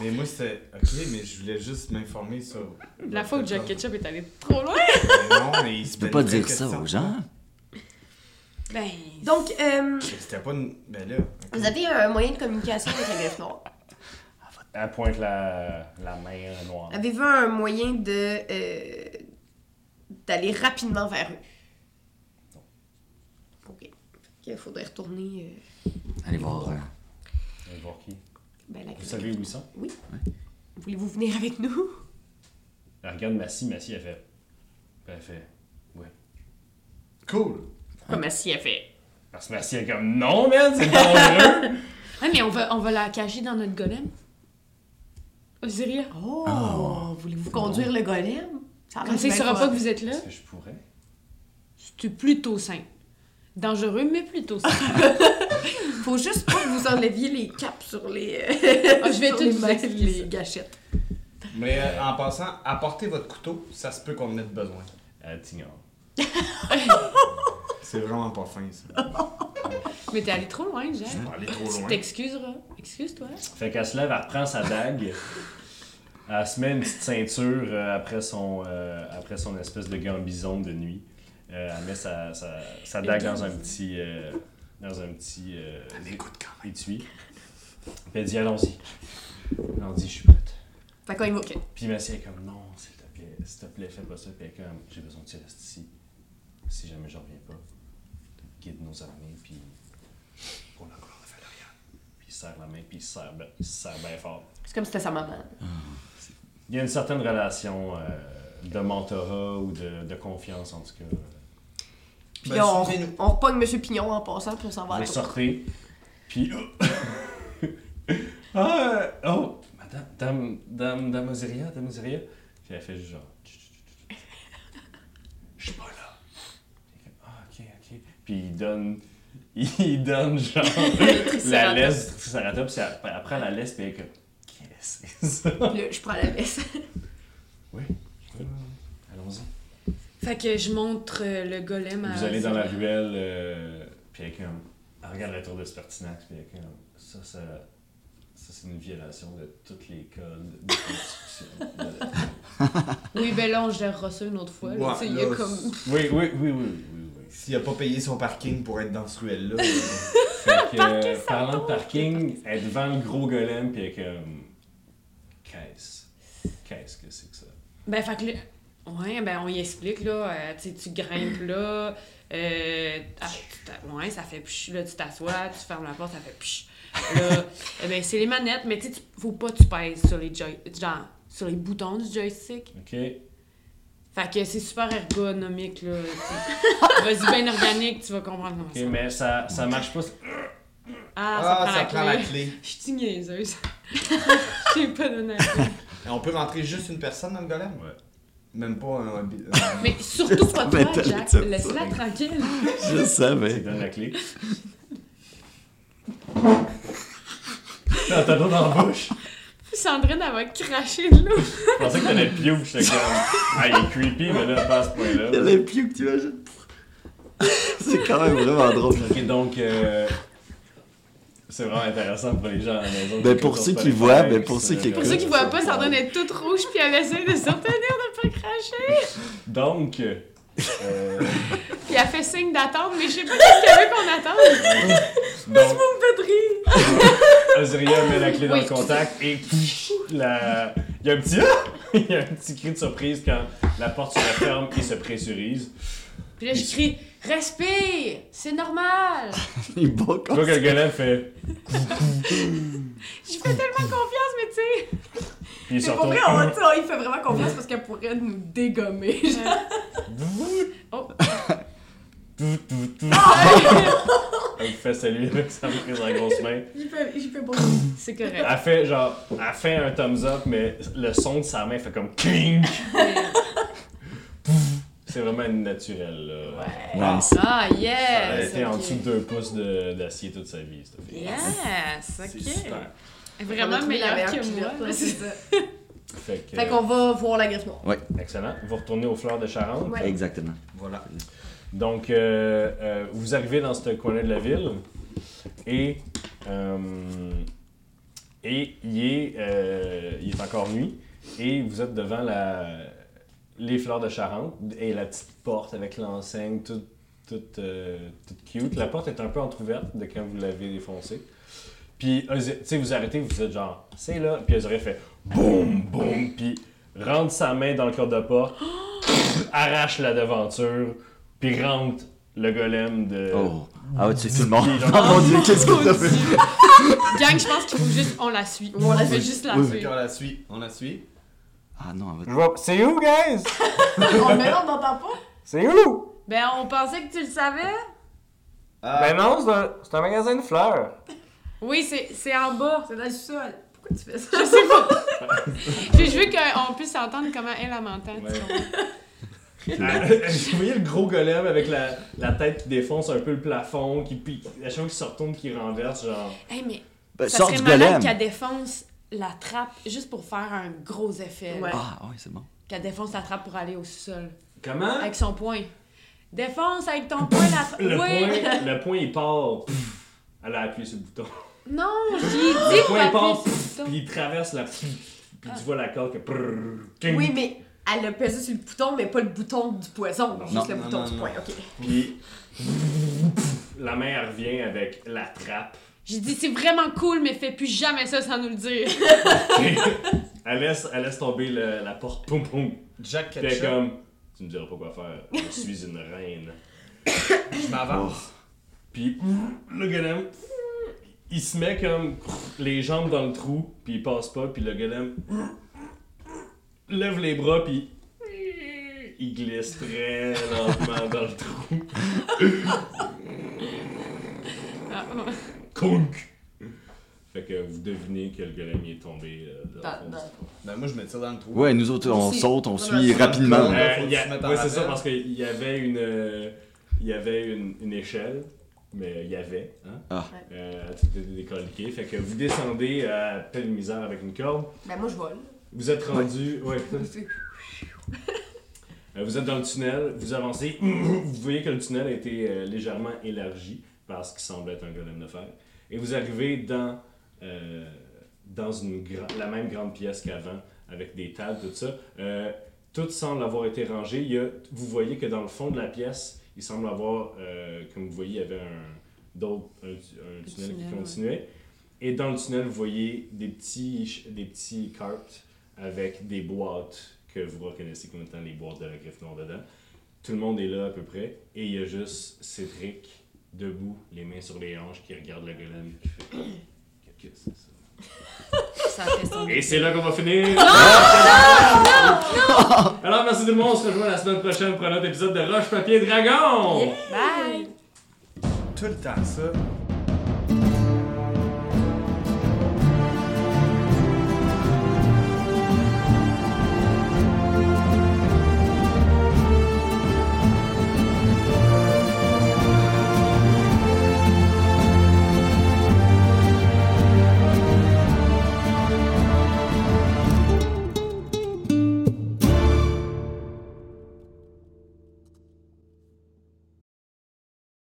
[SPEAKER 4] Mais moi, c'est. Ok, mais je voulais juste m'informer sur.
[SPEAKER 5] La fois où Jack
[SPEAKER 4] Mais
[SPEAKER 5] Ketchup est allé trop loin.
[SPEAKER 4] Non, mais il se
[SPEAKER 2] Tu peux
[SPEAKER 4] pose
[SPEAKER 2] pas
[SPEAKER 4] une vraie
[SPEAKER 2] dire ça
[SPEAKER 4] question.
[SPEAKER 2] aux gens.
[SPEAKER 5] Ben,
[SPEAKER 3] Donc, euh,
[SPEAKER 4] C'était pas une. Ben là. ok.
[SPEAKER 3] vous avez un moyen de communication avec la greffe noire.
[SPEAKER 1] Elle pointe la, la main noire.
[SPEAKER 3] Avez-vous un moyen de euh, d'aller rapidement vers eux? Ok. Il faudrait retourner euh,
[SPEAKER 2] Allez voir. euh,
[SPEAKER 1] On va voir qui.
[SPEAKER 3] ben, la
[SPEAKER 1] Vous savez où ils sont?
[SPEAKER 3] Voulez-vous venir avec nous?
[SPEAKER 1] Elle regarde Massy, Massy, elle fait. Elle fait.
[SPEAKER 4] Cool.
[SPEAKER 5] Comme si elle fait.
[SPEAKER 1] Parce que Massy est comme non, man, c'est dangereux!
[SPEAKER 5] Ouais, mais on va, on va la cacher dans notre golem. Osiria.
[SPEAKER 3] Oh! Voulez-vous conduire le golem? Ça a l'air
[SPEAKER 5] Comme ça, il
[SPEAKER 3] bien
[SPEAKER 5] saura
[SPEAKER 3] fun.
[SPEAKER 5] pas que vous êtes là.
[SPEAKER 1] Est-ce que je pourrais?
[SPEAKER 5] C'est plutôt sain. Dangereux, mais plutôt sain.
[SPEAKER 3] Faut juste pas que vous enleviez les capes sur les. euh,
[SPEAKER 5] Ah, je vais
[SPEAKER 3] sur
[SPEAKER 5] tout
[SPEAKER 3] les
[SPEAKER 5] vous
[SPEAKER 3] mains,
[SPEAKER 5] expliquer
[SPEAKER 3] les
[SPEAKER 5] ça.
[SPEAKER 3] gâchettes.
[SPEAKER 4] Mais euh, en passant, apportez votre couteau, ça se peut qu'on en ait besoin.
[SPEAKER 1] Elle t'ignore.
[SPEAKER 4] C'est vraiment pas fin, ça.
[SPEAKER 5] mais t'es allé trop loin, Jacques.
[SPEAKER 4] On va aller trop
[SPEAKER 5] Tu
[SPEAKER 4] loin.
[SPEAKER 5] t'excuseras. Excuse-toi.
[SPEAKER 1] Fait qu'elle se lève, elle reprend sa dague. Elle se met une petite ceinture euh, après, son, euh, après son espèce de gambison de nuit. Euh, elle met sa, sa, sa dague dans un petit. euh, dans un petit. euh,
[SPEAKER 4] Écoute quand même.
[SPEAKER 1] étui. Puis elle dit allons-y. Allons-y, je suis prête.
[SPEAKER 3] Fait qu'on y va.
[SPEAKER 1] Puis Massy est comme non, s'il te plaît, s'il te plaît, fais pas ça. Puis elle est comme j'ai besoin que tu restes ici. Si jamais je reviens pas, guide nos armées, puis pour la gloire de Valérian. Puis il serre la main, puis il se serre, ben- il se serre bien fort.
[SPEAKER 3] C'est comme si c'était sa maman.
[SPEAKER 1] Il y a une certaine relation euh, de mentorat ou de, de confiance, en tout cas.
[SPEAKER 3] Puis
[SPEAKER 4] Ben,
[SPEAKER 3] on,
[SPEAKER 4] suivez-nous.
[SPEAKER 3] on repogne Monsieur Pignon en passant, puis on s'en va à
[SPEAKER 1] Vous
[SPEAKER 3] la tour.
[SPEAKER 1] sortez, puis. (laughs) ah, euh, oh, madame, dame, dame, dame Osiria, dame Osiria. Puis elle fait juste genre. tch, tch, tch, tch. Je suis pas là. Puis elle fait, Ah, ok, ok. Puis il donne. (laughs) Il donne genre la laisse du triceratops, puis elle, elle prend la laisse, puis elle est comme. Qu'est-ce que c'est ça?
[SPEAKER 3] Puis là, je prends la laisse.
[SPEAKER 1] Oui, oui, oui, oui. allons-y.
[SPEAKER 5] Fait que je montre euh, le golem à.
[SPEAKER 1] Vous allez dans la
[SPEAKER 5] Osiria.
[SPEAKER 1] ruelle, euh, puis elle est comme. Elle regarde la tour de Spertinax, puis elle est comme. Ça, ça, ça c'est une violation de toutes les codes de (laughs) constitution. De-
[SPEAKER 5] Oui, ben là, on gérera ça une autre fois. là.
[SPEAKER 4] Ouais,
[SPEAKER 5] Tu sais, il y
[SPEAKER 4] là,
[SPEAKER 5] a comme.
[SPEAKER 1] oui, oui, oui, oui, oui, oui, oui.
[SPEAKER 4] S'il a pas payé son parking pour être dans ce ruelle-là, euh,
[SPEAKER 1] Fait que, euh, parlant de parking, elle est devant le gros golem, puis elle est comme. Qu'est-ce Qu'est-ce que c'est que ça
[SPEAKER 5] Ben, fait que là. Ouais, ben, on y explique, là. euh, tu sais, tu grimpes là. Euh, ah, tu t'a- ouais, ça fait psh. Là, tu t'assois, tu fermes la porte, ça fait psh.
[SPEAKER 1] (laughs)
[SPEAKER 5] Là, eh ben, c'est les manettes, mais tu sais, tu- faut pas que tu pèses sur les, joy- genre, sur les boutons du joystick.
[SPEAKER 1] Ok
[SPEAKER 5] Fait que c'est super ergonomique, là. tu sais.
[SPEAKER 1] (laughs)
[SPEAKER 5] Vas-y, bien organique, tu vas comprendre comment
[SPEAKER 1] Ok,
[SPEAKER 5] ça.
[SPEAKER 1] mais ça, ça marche pas.
[SPEAKER 5] Ah, ça
[SPEAKER 4] ah,
[SPEAKER 5] prend
[SPEAKER 4] ça
[SPEAKER 5] la
[SPEAKER 4] prend
[SPEAKER 5] clé.
[SPEAKER 4] la clé.
[SPEAKER 5] (laughs) Je suis niaiseuse. (laughs) Je sais pas donné la clé.
[SPEAKER 4] Et on peut rentrer juste une personne dans le golem?
[SPEAKER 1] Ouais.
[SPEAKER 4] Même pas un... un- un-
[SPEAKER 5] Mais surtout pas toi,
[SPEAKER 2] m'étonne que
[SPEAKER 5] Jack.
[SPEAKER 2] tu aimes ça.
[SPEAKER 5] Laisse-la tranquille.
[SPEAKER 2] Je
[SPEAKER 1] Tu
[SPEAKER 2] savais.
[SPEAKER 1] donnes la (laughs) clé. T'as t'as l'eau dans la bouche.
[SPEAKER 5] Sandrine, elle va cracher de l'eau.
[SPEAKER 1] Je pensais que t'allais piouf, j'étais comme. Ah, il est creepy, mais là, pas à ce point-là.
[SPEAKER 2] Le pieu que tu imagines. (laughs) C'est quand même vraiment drôle.
[SPEAKER 1] Ok, donc. euh, c'est vraiment intéressant pour les gens à la maison.
[SPEAKER 2] Ben, pour ceux qui voient, ben, pour ceux qui
[SPEAKER 5] Pour
[SPEAKER 2] écoutent.
[SPEAKER 5] ceux qui voient pas, Sandrine est toute rouge puis elle essaie de se retenir de pas cracher.
[SPEAKER 1] Donc. euh,
[SPEAKER 5] Puis elle fait signe d'attendre, mais je sais pas ce qu'elle veut qu'on attende. (laughs)
[SPEAKER 1] donc,
[SPEAKER 5] Poudrie.
[SPEAKER 1] Azria met la clé dans
[SPEAKER 5] Oui,
[SPEAKER 1] le contact et. La... Il y a un petit. ah! (laughs) Il y a un petit cri de surprise quand la porte se referme et se pressurise.
[SPEAKER 5] Puis là, je crie Respire, c'est normal.
[SPEAKER 2] Il bat
[SPEAKER 1] Tu
[SPEAKER 2] comme
[SPEAKER 1] vois que le golem fait.
[SPEAKER 5] Je fais tellement confiance, mais tu sais.
[SPEAKER 1] Puis il se
[SPEAKER 3] Mais pour
[SPEAKER 1] retourne.
[SPEAKER 3] vrai, on, tu sais, on y fait vraiment confiance parce qu'elle pourrait nous
[SPEAKER 5] (laughs)
[SPEAKER 3] dégommer.
[SPEAKER 5] Oh.
[SPEAKER 1] Tout, tout, tout. Elle vous fait saluer avec sa prise en grosse main.
[SPEAKER 3] J'y fais, j'y fais (laughs) pas.
[SPEAKER 5] C'est correct.
[SPEAKER 1] Elle fait genre, elle fait un thumbs up, mais le son de sa main fait comme
[SPEAKER 3] (laughs)
[SPEAKER 1] clink. C'est vraiment une naturelle. Là.
[SPEAKER 2] Nice.
[SPEAKER 5] Ah,
[SPEAKER 1] Elle a
[SPEAKER 5] yes.
[SPEAKER 1] été en
[SPEAKER 5] ok.
[SPEAKER 1] dessous de deux pouces de- d'acier toute sa vie, cette fille.
[SPEAKER 5] Yes,
[SPEAKER 1] C'est
[SPEAKER 5] ok.
[SPEAKER 1] super.
[SPEAKER 5] Vraiment meilleur que moi. (laughs) là, c'est-
[SPEAKER 1] Fait que,
[SPEAKER 3] Fait qu'on va voir la griffe noire.
[SPEAKER 1] excellent. Vous retournez aux fleurs de Charente.
[SPEAKER 3] Ouais.
[SPEAKER 2] Exactement.
[SPEAKER 4] Voilà.
[SPEAKER 1] Donc, euh, euh, vous arrivez dans ce coin-là de la ville et euh, et il est, euh, il est encore nuit et vous êtes devant la, les fleurs de Charente et la petite porte avec l'enseigne toute, toute, euh, toute cute. La porte est un peu entrouverte de quand vous l'avez défoncée. Puis, eux, tu sais, vous arrêtez, vous êtes genre, c'est là. Puis, Azuré fait boum, boum. Puis, rentre sa main dans le corps de (gasps) porte, arrache la devanture, puis rentre le golem de.
[SPEAKER 2] Oh. Ah ouais, tu es tout le monde.
[SPEAKER 1] Puis, genre,
[SPEAKER 2] (laughs) Oh mon dieu, qu'est-ce que t'as fait?
[SPEAKER 5] Gang, je pense qu'il faut juste. On la suit. On la fait juste la
[SPEAKER 4] Ok,
[SPEAKER 5] suivre.
[SPEAKER 4] on la suit, on la suit.
[SPEAKER 2] Ah non, elle va-
[SPEAKER 1] C'est où, guys?
[SPEAKER 3] On mais là, on n'entend pas.
[SPEAKER 1] C'est où?
[SPEAKER 5] Ben, on pensait que tu le savais.
[SPEAKER 4] Ah,
[SPEAKER 1] Ben non, c'est un, magasin de fleurs. (laughs)
[SPEAKER 5] Oui, c'est c'est en bas.
[SPEAKER 3] C'est dans le sol. Pourquoi tu fais ça?
[SPEAKER 5] Je sais pas.
[SPEAKER 1] (laughs)
[SPEAKER 5] Puis je veux qu'on puisse entendre comment elle elle m'entend. tu
[SPEAKER 1] Ouais.
[SPEAKER 5] comprends?
[SPEAKER 1] Vous voyez Ah, le gros golem avec la, la tête qui défonce un peu le plafond, qui pique. À chaque fois qu'il se retourne, qui renverse, genre.
[SPEAKER 5] Hey, mais
[SPEAKER 2] Ben,
[SPEAKER 5] ça
[SPEAKER 2] sors
[SPEAKER 5] serait
[SPEAKER 2] du
[SPEAKER 5] malade
[SPEAKER 2] golem.
[SPEAKER 5] qu'elle défonce la trappe juste pour faire un gros effet.
[SPEAKER 3] Ouais.
[SPEAKER 5] là.
[SPEAKER 2] Ah ouais, c'est bon.
[SPEAKER 5] Qu'elle défonce la trappe pour aller au sol.
[SPEAKER 1] Comment?
[SPEAKER 5] Avec son poing. Défonce avec ton poing la
[SPEAKER 1] (laughs)
[SPEAKER 5] trappe.
[SPEAKER 1] Le,
[SPEAKER 5] Oui.
[SPEAKER 1] point, le point, il part. Pff, Elle a appuyé sur le bouton.
[SPEAKER 5] Non, j'ai dit
[SPEAKER 1] Le
[SPEAKER 5] pour
[SPEAKER 1] point, il
[SPEAKER 5] appuyer
[SPEAKER 1] part.
[SPEAKER 5] sur
[SPEAKER 1] pff,
[SPEAKER 5] le bouton.
[SPEAKER 1] Puis il traverse la. pff, Puis tu vois la corde que. prrr, ting.
[SPEAKER 3] Oui, mais elle a pesé sur le bouton, mais pas le bouton du poison. juste
[SPEAKER 2] Non,
[SPEAKER 3] le
[SPEAKER 4] non,
[SPEAKER 3] bouton
[SPEAKER 4] non,
[SPEAKER 3] du
[SPEAKER 4] non.
[SPEAKER 3] poing. Ok.
[SPEAKER 1] Puis. La main, elle revient avec la trappe. (laughs)
[SPEAKER 5] J'ai dit, c'est vraiment cool, mais fais plus jamais ça sans nous le dire.
[SPEAKER 1] Elle laisse, elle laisse tomber le- la porte. Poum, poum.
[SPEAKER 4] Jack
[SPEAKER 1] Puis elle est
[SPEAKER 4] Ketchup,
[SPEAKER 1] comme. Tu me diras pas quoi faire. Je suis une reine.
[SPEAKER 4] (coughs) je m'avance.
[SPEAKER 1] (coughs) Puis le golem, il se met comme les jambes dans le trou, puis il passe pas, puis le golem lève les bras, puis il glisse très lentement dans le
[SPEAKER 3] (coughs)
[SPEAKER 1] trou.
[SPEAKER 5] Ah,
[SPEAKER 1] Conk! Fait que vous devinez que le golem il est tombé euh, dans
[SPEAKER 3] Dans-
[SPEAKER 1] le fond.
[SPEAKER 3] dans-
[SPEAKER 4] Ben moi je me tire dans le trou.
[SPEAKER 2] Ouais, nous autres, on
[SPEAKER 3] Aussi.
[SPEAKER 2] saute, on
[SPEAKER 3] Ouais,
[SPEAKER 2] suit
[SPEAKER 4] c'est dans
[SPEAKER 2] rapidement.
[SPEAKER 4] le
[SPEAKER 1] Euh,
[SPEAKER 4] Faut
[SPEAKER 1] il y a-
[SPEAKER 4] se mettre en
[SPEAKER 1] ouais, c'est ça,
[SPEAKER 4] rappel.
[SPEAKER 1] parce qu'il y avait une. euh, il y avait une, une échelle, mais il y avait, hein?
[SPEAKER 2] Ah.
[SPEAKER 1] Euh, tout était décolleté. Fait que vous descendez à telle misère avec une corde.
[SPEAKER 3] Ben, moi, je vole.
[SPEAKER 1] Vous êtes rendu. ouais. Euh, Vous êtes dans le tunnel, vous avancez, (clears throat) vous voyez que le tunnel a été euh, légèrement élargi par ce qui semble être un golem de fer. Et vous arrivez dans, euh, dans une gra- la même grande pièce qu'avant, avec des tables, tout ça. Euh, tout semble avoir été rangé. Il y a- vous voyez que dans le fond de la pièce, il semble avoir, euh, comme vous voyez, il y avait un, d'autres- un, tu- un tunnel,
[SPEAKER 5] tunnel,
[SPEAKER 1] qui
[SPEAKER 5] ouais.
[SPEAKER 1] continuait. Et dans le tunnel, vous voyez des petits, ch- des petits cartes avec des boîtes que vous reconnaissez comme étant les boîtes de la griffe noire dedans. Tout le monde est là à peu près. Et il y a juste Cédric, debout, les mains sur les hanches, qui regarde le golem. qui fait, (coughs) Qu'est-ce que c'est ça?
[SPEAKER 3] Ça a fait son
[SPEAKER 1] Et c'est là qu'on va finir! Alors, merci tout le monde. On se rejoint la semaine prochaine pour un autre épisode de Roche Papier Dragon!
[SPEAKER 5] Bye!
[SPEAKER 4] Tout le temps ça.